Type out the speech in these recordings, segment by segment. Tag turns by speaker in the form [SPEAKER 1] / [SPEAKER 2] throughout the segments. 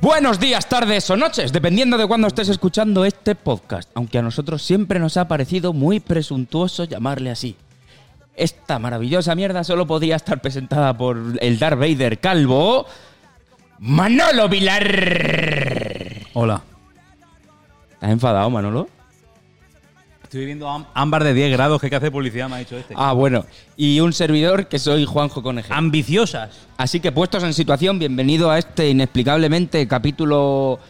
[SPEAKER 1] Buenos días, tardes o noches, dependiendo de cuándo estés escuchando este podcast, aunque a nosotros siempre nos ha parecido muy presuntuoso llamarle así. Esta maravillosa mierda solo podía estar presentada por el Darth Vader calvo, Manolo Vilar.
[SPEAKER 2] Hola.
[SPEAKER 1] ¿Estás enfadado, Manolo?
[SPEAKER 2] Estoy viviendo ám- ámbar de 10 grados que hay que hacer publicidad, me ha dicho este.
[SPEAKER 1] Ah, bueno. Y un servidor que soy Juanjo Coneje.
[SPEAKER 2] Ambiciosas.
[SPEAKER 1] Así que puestos en situación, bienvenido a este inexplicablemente capítulo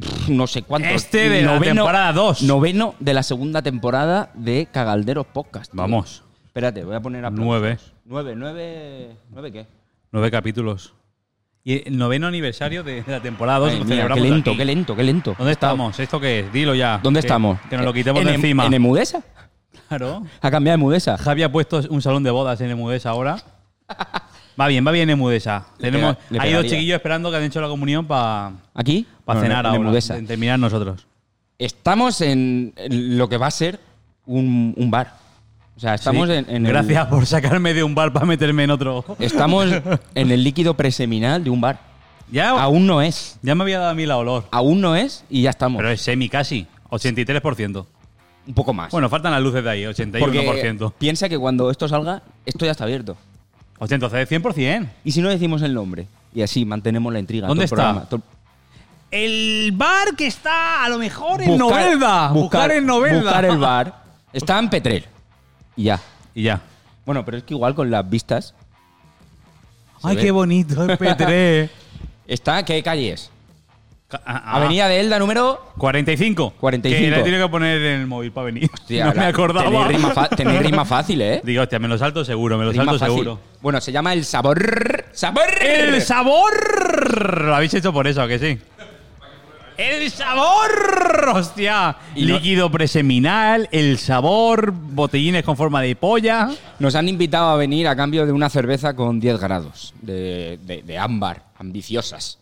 [SPEAKER 1] pff, no sé cuánto.
[SPEAKER 2] Este de la temporada dos.
[SPEAKER 1] Noveno de la segunda temporada de Cagalderos Podcast. tío.
[SPEAKER 2] Vamos.
[SPEAKER 1] Espérate, voy a poner a
[SPEAKER 2] Nueve.
[SPEAKER 1] Nueve, nueve. ¿Nueve qué?
[SPEAKER 2] Nueve capítulos. Y el noveno aniversario de la temporada 2
[SPEAKER 1] Ay,
[SPEAKER 2] lo
[SPEAKER 1] mira, qué
[SPEAKER 2] celebramos.
[SPEAKER 1] lento,
[SPEAKER 2] aquí.
[SPEAKER 1] qué lento, qué lento.
[SPEAKER 2] ¿Dónde estamos? ¿Esto qué es? Dilo ya.
[SPEAKER 1] ¿Dónde
[SPEAKER 2] Que-
[SPEAKER 1] estamos?
[SPEAKER 2] Que nos lo quitemos
[SPEAKER 1] ¿En
[SPEAKER 2] de
[SPEAKER 1] Em-
[SPEAKER 2] encima.
[SPEAKER 1] ¿En Emudesa?
[SPEAKER 2] Claro.
[SPEAKER 1] Ha cambiado de Emudesa.
[SPEAKER 2] Javi ha puesto un salón de bodas en Emudesa ahora. Va bien, va bien Emudesa.
[SPEAKER 1] Le
[SPEAKER 2] Tenemos,
[SPEAKER 1] pega- le
[SPEAKER 2] hay dos
[SPEAKER 1] pegaría.
[SPEAKER 2] chiquillos esperando que han hecho la comunión para
[SPEAKER 1] ¿Aquí? No, no,
[SPEAKER 2] cenar
[SPEAKER 1] en
[SPEAKER 2] ahora.
[SPEAKER 1] Emudesa.
[SPEAKER 2] en terminar nosotros.
[SPEAKER 1] Estamos en lo que va a ser un, un bar. O sea, estamos
[SPEAKER 2] Sí.
[SPEAKER 1] en, en el- Eh,
[SPEAKER 2] Gracias por sacarme de un bar para meterme en otro.
[SPEAKER 1] Estamos en el líquido preseminal de un bar.
[SPEAKER 2] Ya,
[SPEAKER 1] Aún no es.
[SPEAKER 2] ya me había dado a mí la olor.
[SPEAKER 1] Aún no es y ya estamos.
[SPEAKER 2] Pero es semi casi, 83%.
[SPEAKER 1] un poco más.
[SPEAKER 2] Bueno, faltan las luces de ahí, 81%.
[SPEAKER 1] porque piensa que cuando esto salga, esto ya está abierto.
[SPEAKER 2] 80, 100%.
[SPEAKER 1] Y si no decimos el nombre. Y así mantenemos la intriga.
[SPEAKER 2] ¿Dónde
[SPEAKER 1] todo el
[SPEAKER 2] está?
[SPEAKER 1] programa, todo-
[SPEAKER 2] El bar que está a lo mejor en
[SPEAKER 1] Buscar-
[SPEAKER 2] Novelda. Buscar en Novelda.
[SPEAKER 1] Buscar el bar. Está en Petrer. Y ya.
[SPEAKER 2] Y ya.
[SPEAKER 1] Bueno, pero es que igual con las vistas. Se
[SPEAKER 2] Ay,
[SPEAKER 1] ve.
[SPEAKER 2] qué bonito el P3.
[SPEAKER 1] Está, ¿qué calle es?
[SPEAKER 2] Ca- ah, ah.
[SPEAKER 1] Avenida de Elda número
[SPEAKER 2] 45.
[SPEAKER 1] 45.
[SPEAKER 2] Que le tiene que poner en el móvil para venir.
[SPEAKER 1] Hostia,
[SPEAKER 2] no me
[SPEAKER 1] la-
[SPEAKER 2] acordaba.
[SPEAKER 1] Tenéis rima, fa- tenéis rima fácil, ¿eh?
[SPEAKER 2] Digo, hostia, me lo salto seguro, me lo
[SPEAKER 1] Rima
[SPEAKER 2] salto
[SPEAKER 1] fácil.
[SPEAKER 2] seguro.
[SPEAKER 1] Bueno, se llama el sabor. ¡Sabor! Eh.
[SPEAKER 2] ¡El sabor! Lo habéis hecho por eso, ¿a que sí? ¡El sabor! ¡Hostia!
[SPEAKER 1] Y no-
[SPEAKER 2] Líquido preseminal, el sabor, botellines con forma de polla.
[SPEAKER 1] Nos han invitado a venir a cambio de una cerveza con 10 grados de, de- de ámbar, ambiciosas.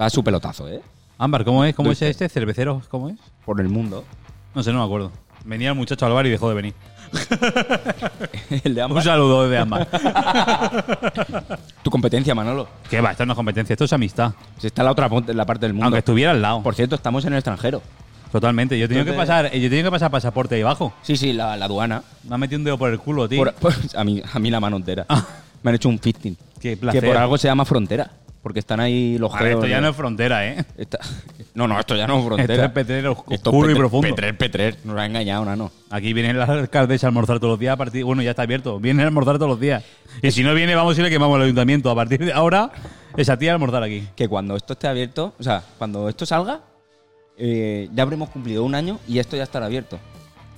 [SPEAKER 1] Va su pelotazo, ¿eh?
[SPEAKER 2] Ámbar, ¿cómo es? ¿Cómo es
[SPEAKER 1] Dulce.
[SPEAKER 2] este? ¿Cervecero? ¿Cómo es?
[SPEAKER 1] Por el mundo.
[SPEAKER 2] No sé, no me acuerdo. Venía el muchacho al bar y dejó de venir.
[SPEAKER 1] El de
[SPEAKER 2] Un
[SPEAKER 1] ámbar.
[SPEAKER 2] saludo de Ámbar.
[SPEAKER 1] Tu competencia, Manolo.
[SPEAKER 2] que va, esto no es competencia, esto es amistad.
[SPEAKER 1] Si está la otra pon- la parte del mundo.
[SPEAKER 2] Aunque estuviera al lado.
[SPEAKER 1] Por cierto, estamos en el extranjero.
[SPEAKER 2] Totalmente. Yo he tenido que
[SPEAKER 1] Entonces-
[SPEAKER 2] pasar, eh, yo he tenido que pasar pasaporte ahí abajo.
[SPEAKER 1] Sí, sí, la, la aduana.
[SPEAKER 2] Me ha metido un dedo por el culo, tío.
[SPEAKER 1] Por- por- a, mí, a mí la mano entera. Me han hecho un fisting.
[SPEAKER 2] Ah. Qué
[SPEAKER 1] Que
[SPEAKER 2] placer.
[SPEAKER 1] por algo se llama frontera. Porque están ahí los
[SPEAKER 2] A ver, esto
[SPEAKER 1] dedos
[SPEAKER 2] ya
[SPEAKER 1] de-
[SPEAKER 2] no es frontera, ¿eh?
[SPEAKER 1] Esta- no, no, esto ya no es frontera.
[SPEAKER 2] Esto es petrero oscuro
[SPEAKER 1] Esto es
[SPEAKER 2] y
[SPEAKER 1] petre-
[SPEAKER 2] profundo.
[SPEAKER 1] Petrer, Petrer. Nos ha engañado, nano.
[SPEAKER 2] Aquí viene la alcaldesa a almorzar todos los días. A partir, bueno, ya está abierto. Viene a almorzar todos los días. Y si no viene, vamos a ir a quemamos el ayuntamiento. A partir de ahora, esa tía a almorzar aquí.
[SPEAKER 1] que cuando esto esté abierto, o sea, cuando esto salga, eh, ya habremos cumplido un año y esto ya estará abierto.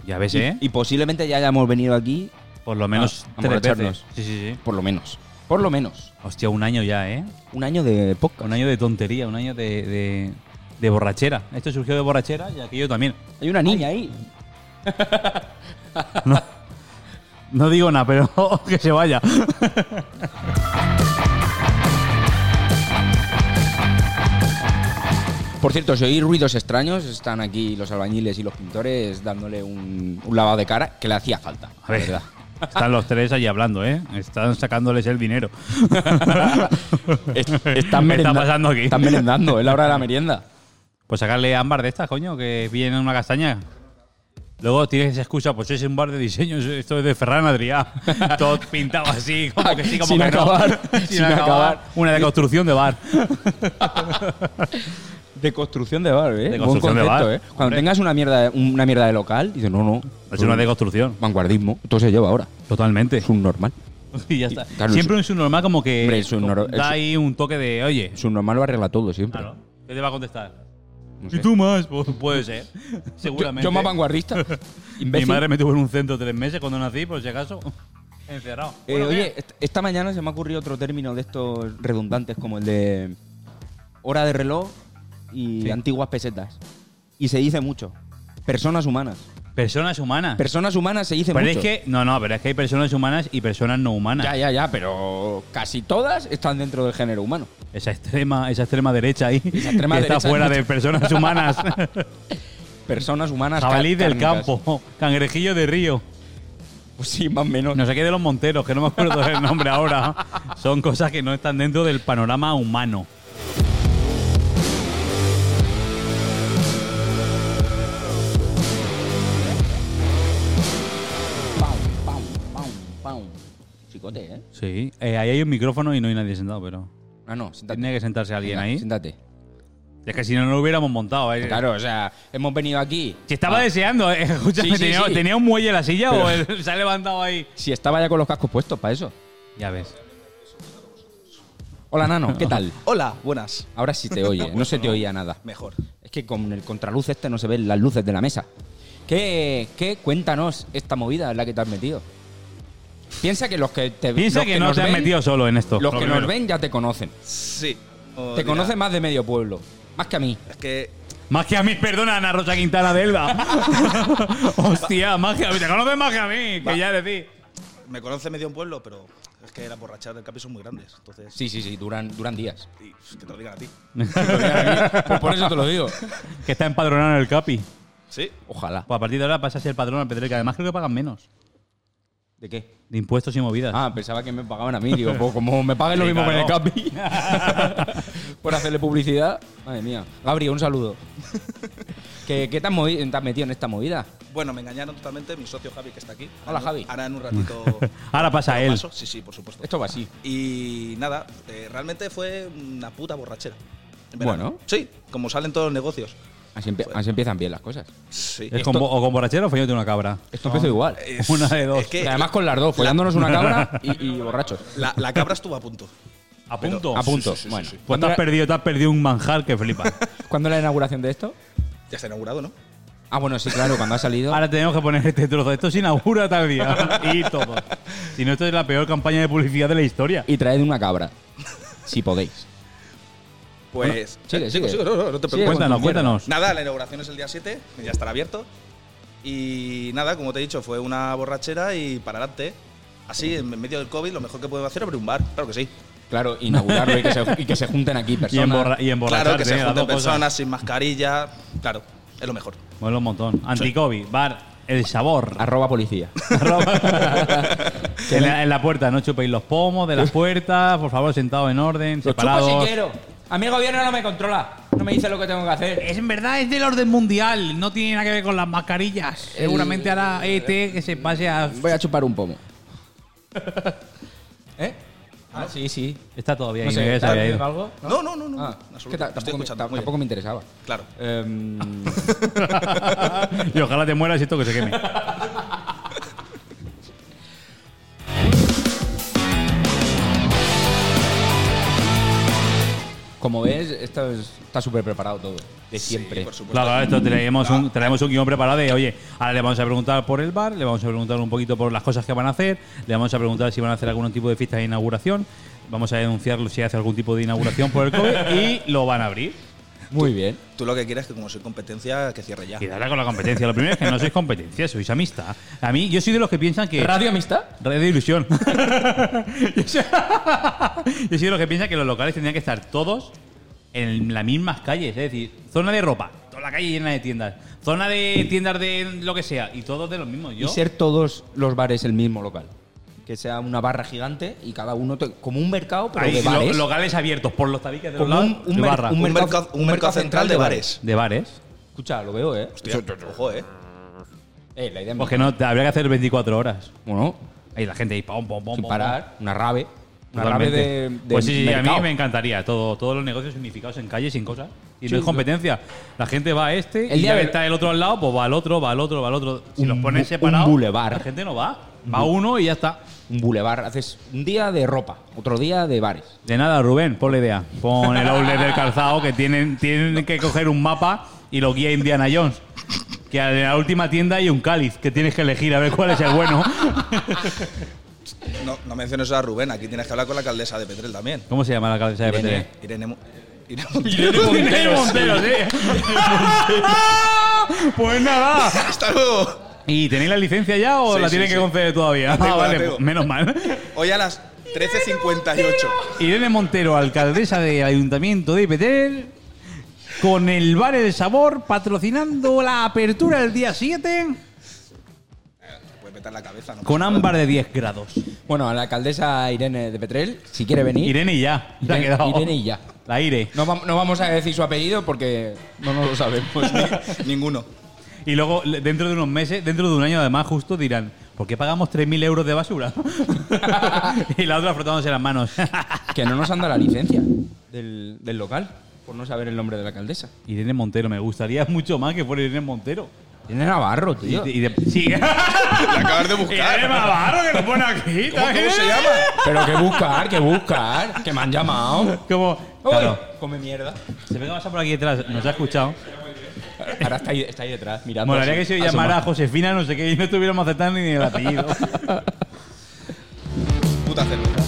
[SPEAKER 2] Ya ves, ¿eh?
[SPEAKER 1] Y posiblemente ya hayamos venido aquí,
[SPEAKER 2] Por lo menos
[SPEAKER 1] Ah,
[SPEAKER 2] tres
[SPEAKER 1] emborracharnos.
[SPEAKER 2] veces. Sí, sí, sí.
[SPEAKER 1] por lo menos. Por lo menos.
[SPEAKER 2] Hostia, un año ya, ¿eh?
[SPEAKER 1] Un año de podcast.
[SPEAKER 2] Un año de tontería, un año de, de- de borrachera. Esto surgió de borrachera y aquello también.
[SPEAKER 1] Hay una niña ahí.
[SPEAKER 2] No digo nada, pero que se vaya.
[SPEAKER 1] Por cierto, si oís ruidos extraños, están aquí los albañiles y los pintores dándole un, un lavado de cara que le hacía falta.
[SPEAKER 2] A ver,
[SPEAKER 1] la
[SPEAKER 2] están los tres allí hablando, ¿eh? Están sacándoles el dinero.
[SPEAKER 1] verdad. Es- están
[SPEAKER 2] ¿Qué está
[SPEAKER 1] merenda-
[SPEAKER 2] pasando aquí?
[SPEAKER 1] Están merendando, es la hora de la merienda.
[SPEAKER 2] Pues sacarle ámbar de estas, coño, que viene una castaña. Luego tienes esa excusa, pues es un bar de diseño, esto es de Ferran Adrià. Todo pintado así, como que sí, como
[SPEAKER 1] Sin
[SPEAKER 2] que
[SPEAKER 1] acabar,
[SPEAKER 2] no.
[SPEAKER 1] sin acabar.
[SPEAKER 2] Una de construcción de bar.
[SPEAKER 1] De construcción de bar, ¿eh?
[SPEAKER 2] De
[SPEAKER 1] Buen
[SPEAKER 2] construcción de
[SPEAKER 1] concepto,
[SPEAKER 2] bar.
[SPEAKER 1] ¿eh? Cuando
[SPEAKER 2] Hombre.
[SPEAKER 1] tengas una mierda, una mierda de local, dices, no, no.
[SPEAKER 2] Es una de construcción,
[SPEAKER 1] vanguardismo. Todo se lleva ahora.
[SPEAKER 2] totalmente.
[SPEAKER 1] Es un normal.
[SPEAKER 2] Y ya está.
[SPEAKER 1] Claro,
[SPEAKER 2] Siempre un subnormal como que
[SPEAKER 1] Hombre, el subnor-
[SPEAKER 2] como
[SPEAKER 1] el
[SPEAKER 2] da
[SPEAKER 1] sub-
[SPEAKER 2] ahí un toque de, oye,
[SPEAKER 1] Es un normal lo arregla todo siempre.
[SPEAKER 2] claro, ¿qué te va a contestar?
[SPEAKER 1] No
[SPEAKER 2] ¿Y
[SPEAKER 1] sé.
[SPEAKER 2] tú más? Pues puede ser,
[SPEAKER 1] Yo,
[SPEAKER 2] seguramente.
[SPEAKER 1] yo más vanguardista.
[SPEAKER 2] Mi
[SPEAKER 1] imbécil.
[SPEAKER 2] madre me tuvo en un centro tres meses cuando nací, por si acaso. Encerrado.
[SPEAKER 1] Eh,
[SPEAKER 2] Bueno,
[SPEAKER 1] oye,
[SPEAKER 2] ¿qué?
[SPEAKER 1] est- esta mañana se me ha ocurrido otro término de estos redundantes como el de hora de reloj y
[SPEAKER 2] Sí.
[SPEAKER 1] antiguas pesetas. Y se dice mucho. Personas humanas.
[SPEAKER 2] Personas humanas.
[SPEAKER 1] Personas humanas se dicen
[SPEAKER 2] Ah. pero
[SPEAKER 1] mucho.
[SPEAKER 2] es que. No, no, pero es que hay personas humanas y personas no humanas.
[SPEAKER 1] Ya, ya, ya, pero casi todas están dentro del género humano.
[SPEAKER 2] Esa extrema, esa extrema derecha ahí.
[SPEAKER 1] extrema
[SPEAKER 2] que está
[SPEAKER 1] derecha
[SPEAKER 2] fuera
[SPEAKER 1] es
[SPEAKER 2] de personas humanas.
[SPEAKER 1] Personas humanas. ca-
[SPEAKER 2] Jabalí del
[SPEAKER 1] cárnicas.
[SPEAKER 2] campo. Cangrejillo de río.
[SPEAKER 1] Pues sí, más o menos.
[SPEAKER 2] No sé qué de los monteros, que no me acuerdo del nombre ahora. Son cosas que no están dentro del panorama humano.
[SPEAKER 1] Pam, pam, pam, pam. Chicote, ¿eh?
[SPEAKER 2] Sí. Eh, ahí hay un micrófono y no hay nadie sentado, pero.
[SPEAKER 1] Ah, no, siéntate.
[SPEAKER 2] Tiene que sentarse alguien
[SPEAKER 1] Venga,
[SPEAKER 2] ahí.
[SPEAKER 1] Siéntate.
[SPEAKER 2] Es que si no, no lo hubiéramos montado. eh.
[SPEAKER 1] Claro, o sea, hemos venido aquí.
[SPEAKER 2] Si estaba deseando, eh, escúchame,
[SPEAKER 1] Sí, sí,
[SPEAKER 2] tenía,
[SPEAKER 1] sí.
[SPEAKER 2] tenía un muelle la silla
[SPEAKER 1] Pero-
[SPEAKER 2] o él se ha levantado ahí?
[SPEAKER 1] Si estaba ya con los cascos puestos para eso.
[SPEAKER 2] Ya ves.
[SPEAKER 1] Hola, Nano, ¿qué tal?
[SPEAKER 3] Hola, buenas.
[SPEAKER 1] Ahora sí te oye, no se te oía nada.
[SPEAKER 3] Mejor.
[SPEAKER 1] Es que con el contraluz este no se ven las luces de la mesa. ¿Qué, qué? Cuéntanos esta movida en la que te has metido. Piensa que los que te
[SPEAKER 2] Piensa
[SPEAKER 1] los
[SPEAKER 2] que, no
[SPEAKER 1] nos
[SPEAKER 2] te has
[SPEAKER 1] ven-
[SPEAKER 2] metido solo en esto.
[SPEAKER 1] Los
[SPEAKER 2] lo
[SPEAKER 1] que nos
[SPEAKER 2] primero.
[SPEAKER 1] ven ya te conocen.
[SPEAKER 3] Sí.
[SPEAKER 1] Te conocen más de medio pueblo. Más que a mí.
[SPEAKER 3] Oh, Es que
[SPEAKER 2] Más que a mí, perdona, Ana Rosa Quintana de Elba. Hostia, más que a mí. Te conoces más que a mí, que ya decís.
[SPEAKER 3] me conoce medio un pueblo, pero es que las borrachas del Capi son muy grandes. Entonces,
[SPEAKER 1] Sí, sí, sí, duran, duran días.
[SPEAKER 3] y, que te lo digan a ti.
[SPEAKER 1] Pues por eso te lo digo.
[SPEAKER 2] Que está empadronado en el Capi.
[SPEAKER 3] Sí.
[SPEAKER 1] Ojalá.
[SPEAKER 2] Pues a partir de ahora pasas el padrón al Pedrero, que además creo que pagan menos
[SPEAKER 1] ¿De qué?
[SPEAKER 2] de impuestos y movidas.
[SPEAKER 1] Ah, pensaba que me pagaban a mí. Digo, pues como me paguen lo
[SPEAKER 2] Sí,
[SPEAKER 1] mismo con el
[SPEAKER 2] claro.
[SPEAKER 1] Capi. por hacerle publicidad. Madre mía. Gabriel, un saludo. ¿Qué, qué te, has movi- te has metido en esta movida?
[SPEAKER 3] Bueno, me engañaron totalmente mi socio Javi, que está aquí.
[SPEAKER 1] Hola,
[SPEAKER 3] Ahora-
[SPEAKER 1] Javi.
[SPEAKER 3] Ahora en un ratito.
[SPEAKER 2] Ahora pasa
[SPEAKER 3] lo
[SPEAKER 2] él.
[SPEAKER 3] paso. Sí, sí, por supuesto.
[SPEAKER 1] Esto va así.
[SPEAKER 3] Y nada, eh, realmente fue una puta borrachera. En verano.
[SPEAKER 1] Bueno.
[SPEAKER 3] Sí, como salen todos los negocios.
[SPEAKER 1] Así, empie- así empiezan bien las cosas.
[SPEAKER 3] Sí.
[SPEAKER 2] Es con bo- o con borrachero o follándote una cabra.
[SPEAKER 1] Esto empezó igual.
[SPEAKER 3] Es-
[SPEAKER 2] Una de dos.
[SPEAKER 3] es que
[SPEAKER 1] Y además con las dos, follándonos una cabra y, y borrachos.
[SPEAKER 3] la, la cabra estuvo a punto.
[SPEAKER 2] A punto.
[SPEAKER 1] A punto.
[SPEAKER 3] sí, sí,
[SPEAKER 1] bueno,
[SPEAKER 3] sí.
[SPEAKER 2] Pues te
[SPEAKER 1] ¿cuándo,
[SPEAKER 2] has
[SPEAKER 1] era,
[SPEAKER 2] perdido, te has perdido un manjar que flipas.
[SPEAKER 1] cuándo era la inauguración de esto?
[SPEAKER 3] Ya está inaugurado, ¿no?
[SPEAKER 1] Ah, bueno, sí, claro, cuando ha salido.
[SPEAKER 2] Ahora tenemos que poner este trozo. Esto se inaugura tal día. y todo. Si no, esto es la peor campaña de publicidad de la historia.
[SPEAKER 1] y traed una cabra. Si podéis.
[SPEAKER 3] Pues.
[SPEAKER 1] sigue, sigue.
[SPEAKER 3] sigo, sigo, no, no, no
[SPEAKER 1] Sigue
[SPEAKER 3] te
[SPEAKER 1] con
[SPEAKER 3] preocupes.
[SPEAKER 1] tu
[SPEAKER 2] Cuéntanos,
[SPEAKER 1] mierda.
[SPEAKER 2] cuéntanos.
[SPEAKER 3] Nada, la inauguración es el día 7, ya estará abierto. Y nada, como te he dicho, fue una borrachera y para adelante. Así, en medio del COVID, lo mejor que puedo hacer es abrir un bar, claro que sí.
[SPEAKER 1] Claro, inaugurarlo y que se, y que se junten aquí
[SPEAKER 2] Y, emborra
[SPEAKER 1] personas.
[SPEAKER 2] y emborracharte.
[SPEAKER 3] Claro, que se
[SPEAKER 2] eh, las
[SPEAKER 3] junten
[SPEAKER 2] dos cosas.
[SPEAKER 3] personas sin mascarilla, claro, es lo mejor.
[SPEAKER 2] Mola un montón. Anticovid, bar, el sabor.
[SPEAKER 1] Arroba policía.
[SPEAKER 2] en, la, en la puerta, no chupéis los pomos de las puertas. Por favor, sentados en orden, separados.
[SPEAKER 1] quiero. A mí el gobierno no me controla. No me dice lo que tengo que hacer.
[SPEAKER 2] Es en verdad es del orden mundial, no tiene nada que ver con las mascarillas. Seguramente hará ET que se pase a.
[SPEAKER 1] Voy a chupar un pomo. ¿Eh? Ah, sí, sí.
[SPEAKER 2] Está todavía ahí,
[SPEAKER 1] No sé,
[SPEAKER 2] me
[SPEAKER 1] ¿te has
[SPEAKER 2] había
[SPEAKER 1] bebido
[SPEAKER 2] ido.
[SPEAKER 1] algo?
[SPEAKER 3] No, no, no, no.
[SPEAKER 1] Ah,
[SPEAKER 3] en
[SPEAKER 1] es
[SPEAKER 3] absoluto.
[SPEAKER 1] que ta-
[SPEAKER 3] Estoy
[SPEAKER 1] tampoco,
[SPEAKER 3] escuchando,
[SPEAKER 1] tampoco
[SPEAKER 3] muy bien.
[SPEAKER 1] me interesaba.
[SPEAKER 3] Claro.
[SPEAKER 1] Em,
[SPEAKER 2] Y ojalá te mueras y esto que se queme.
[SPEAKER 1] como ves, esto es- está súper preparado todo. De siempre.
[SPEAKER 3] Sí, por supuesto.
[SPEAKER 2] Claro, esto traemos un, traemos un guión preparado de, oye, ahora le vamos a preguntar por el bar, le vamos a preguntar un poquito por las cosas que van a hacer, le vamos a preguntar si van a hacer algún tipo de fiesta de inauguración, vamos a denunciarlo si hace algún tipo de inauguración por el COVID y lo van a abrir.
[SPEAKER 1] Muy bien.
[SPEAKER 3] Tú lo que quieres es que, como soy competencia, que cierre ya.
[SPEAKER 2] Y dará con la competencia. Lo primero es que no sois competencia, sois amistad. A mí, yo soy de los que piensan que.
[SPEAKER 1] ¿Radio Amistad?
[SPEAKER 2] Red de ilusión. yo soy yo soy de los que piensan que los locales tendrían que estar todos en las mismas calles. Es decir, zona de ropa, toda la calle llena de tiendas. Zona de tiendas de lo que sea. Y todos de los mismos. Yo,
[SPEAKER 1] Y ser todos los bares el mismo local. Que sea una barra gigante y cada uno te- como un mercado, pero
[SPEAKER 2] ahí,
[SPEAKER 1] de
[SPEAKER 2] lo-
[SPEAKER 1] bares.
[SPEAKER 2] locales abiertos por los tabiques de los
[SPEAKER 1] como
[SPEAKER 2] lados.
[SPEAKER 1] un, un
[SPEAKER 2] de
[SPEAKER 1] mer-
[SPEAKER 2] barra.
[SPEAKER 1] un
[SPEAKER 3] Un
[SPEAKER 1] mercado,
[SPEAKER 3] mercado-
[SPEAKER 1] un
[SPEAKER 3] un
[SPEAKER 1] mercado central de bares.
[SPEAKER 2] de bares.
[SPEAKER 1] Escucha, lo veo, ¿eh?
[SPEAKER 3] Hostia, ojo, eh.
[SPEAKER 1] Eh, la idea es mía.
[SPEAKER 2] Pues que no, habría que hacer 24 horas.
[SPEAKER 1] Bueno,
[SPEAKER 2] Ahí la gente ahí, pom, pom, pom.
[SPEAKER 1] sin
[SPEAKER 2] pom,
[SPEAKER 1] parar, una rave. Una rave
[SPEAKER 2] Totalmente.
[SPEAKER 1] de, de
[SPEAKER 2] pues sí, sí, a mí
[SPEAKER 1] mercado.
[SPEAKER 2] me encantaría. Todo, todos los negocios unificados en calle, sin cosas. Y
[SPEAKER 1] Sí,
[SPEAKER 2] no es competencia. La gente va a este
[SPEAKER 1] El
[SPEAKER 2] y
[SPEAKER 1] día
[SPEAKER 2] ya que
[SPEAKER 1] del-
[SPEAKER 2] está el otro al lado, pues va al otro, va al otro, va al otro. Si
[SPEAKER 1] Un
[SPEAKER 2] los
[SPEAKER 1] bu- un
[SPEAKER 2] pones separados,
[SPEAKER 1] bulevar.
[SPEAKER 2] la gente no va. Va uno y ya está.
[SPEAKER 1] Un bulevar. Haces un día de ropa, otro día de bares.
[SPEAKER 2] De nada, Rubén, ponle idea. Pon el outlet del calzado que tienen, tienen que coger un mapa y lo guía Indiana Jones. Que en la última tienda hay un cáliz que tienes que elegir a ver cuál es el bueno.
[SPEAKER 3] No, no menciones a Rubén, aquí tienes que hablar con la alcaldesa de Petrel también.
[SPEAKER 2] ¿Cómo se llama la cabeza de
[SPEAKER 1] Irene.
[SPEAKER 2] Petre?
[SPEAKER 3] Irene, Mo- Irene Montero.
[SPEAKER 2] Irene Montero, sí. ¿eh? pues nada.
[SPEAKER 3] ¡Hasta luego!
[SPEAKER 2] ¿Y tenéis la licencia ya o
[SPEAKER 3] Sí,
[SPEAKER 2] la
[SPEAKER 3] sí,
[SPEAKER 2] tienen
[SPEAKER 3] sí.
[SPEAKER 2] que conceder todavía?
[SPEAKER 3] La tengo,
[SPEAKER 2] ah,
[SPEAKER 3] la
[SPEAKER 2] vale,
[SPEAKER 3] tengo.
[SPEAKER 2] pues, menos mal.
[SPEAKER 3] Hoy a las 13.58.
[SPEAKER 2] Irene Montero, alcaldesa del Ayuntamiento de Petel, con el Bar El Sabor patrocinando la apertura el día 7
[SPEAKER 3] Puedes meter la cabeza, ¿no?
[SPEAKER 2] con ámbar de 10 grados.
[SPEAKER 1] Bueno, a la alcaldesa Irene de Petrel, si quiere venir.
[SPEAKER 2] Irene y ya, se ha
[SPEAKER 1] Irene-
[SPEAKER 2] quedado.
[SPEAKER 1] Irene y ya.
[SPEAKER 2] La Ire.
[SPEAKER 1] No, vam- no vamos a decir su apellido porque no nos lo sabemos. ¿eh?
[SPEAKER 3] Ninguno.
[SPEAKER 2] Y luego, le- dentro de unos meses, dentro de un año además, justo dirán, ¿por qué pagamos 3.000 euros de basura? y la otra frotándose las manos.
[SPEAKER 1] que no nos han dado la licencia del, del local por no saber el nombre de la alcaldesa.
[SPEAKER 2] Irene Montero, me gustaría mucho más que fuera Irene Montero.
[SPEAKER 1] Tiene Navarro,
[SPEAKER 2] Y,
[SPEAKER 1] tío.
[SPEAKER 2] de- y de- sí.
[SPEAKER 3] La acabas de
[SPEAKER 2] Irene
[SPEAKER 3] buscar.
[SPEAKER 2] Navarro, que lo pone aquí.
[SPEAKER 3] ¿Cómo, cómo se
[SPEAKER 2] también.
[SPEAKER 3] llama?
[SPEAKER 1] Pero que buscar, que buscar, que me han llamado.
[SPEAKER 2] Como, claro,
[SPEAKER 1] Uy, come mierda.
[SPEAKER 2] se ve que pasa por aquí detrás, nos ha escuchado.
[SPEAKER 1] Ahora está ahí, está ahí detrás, mirando.
[SPEAKER 2] Molaría
[SPEAKER 1] así,
[SPEAKER 2] que se
[SPEAKER 1] asomado.
[SPEAKER 2] llamara a Josefina, no sé qué, y no estuviéramos aceptando ni el apellido.
[SPEAKER 3] Puta cerveza.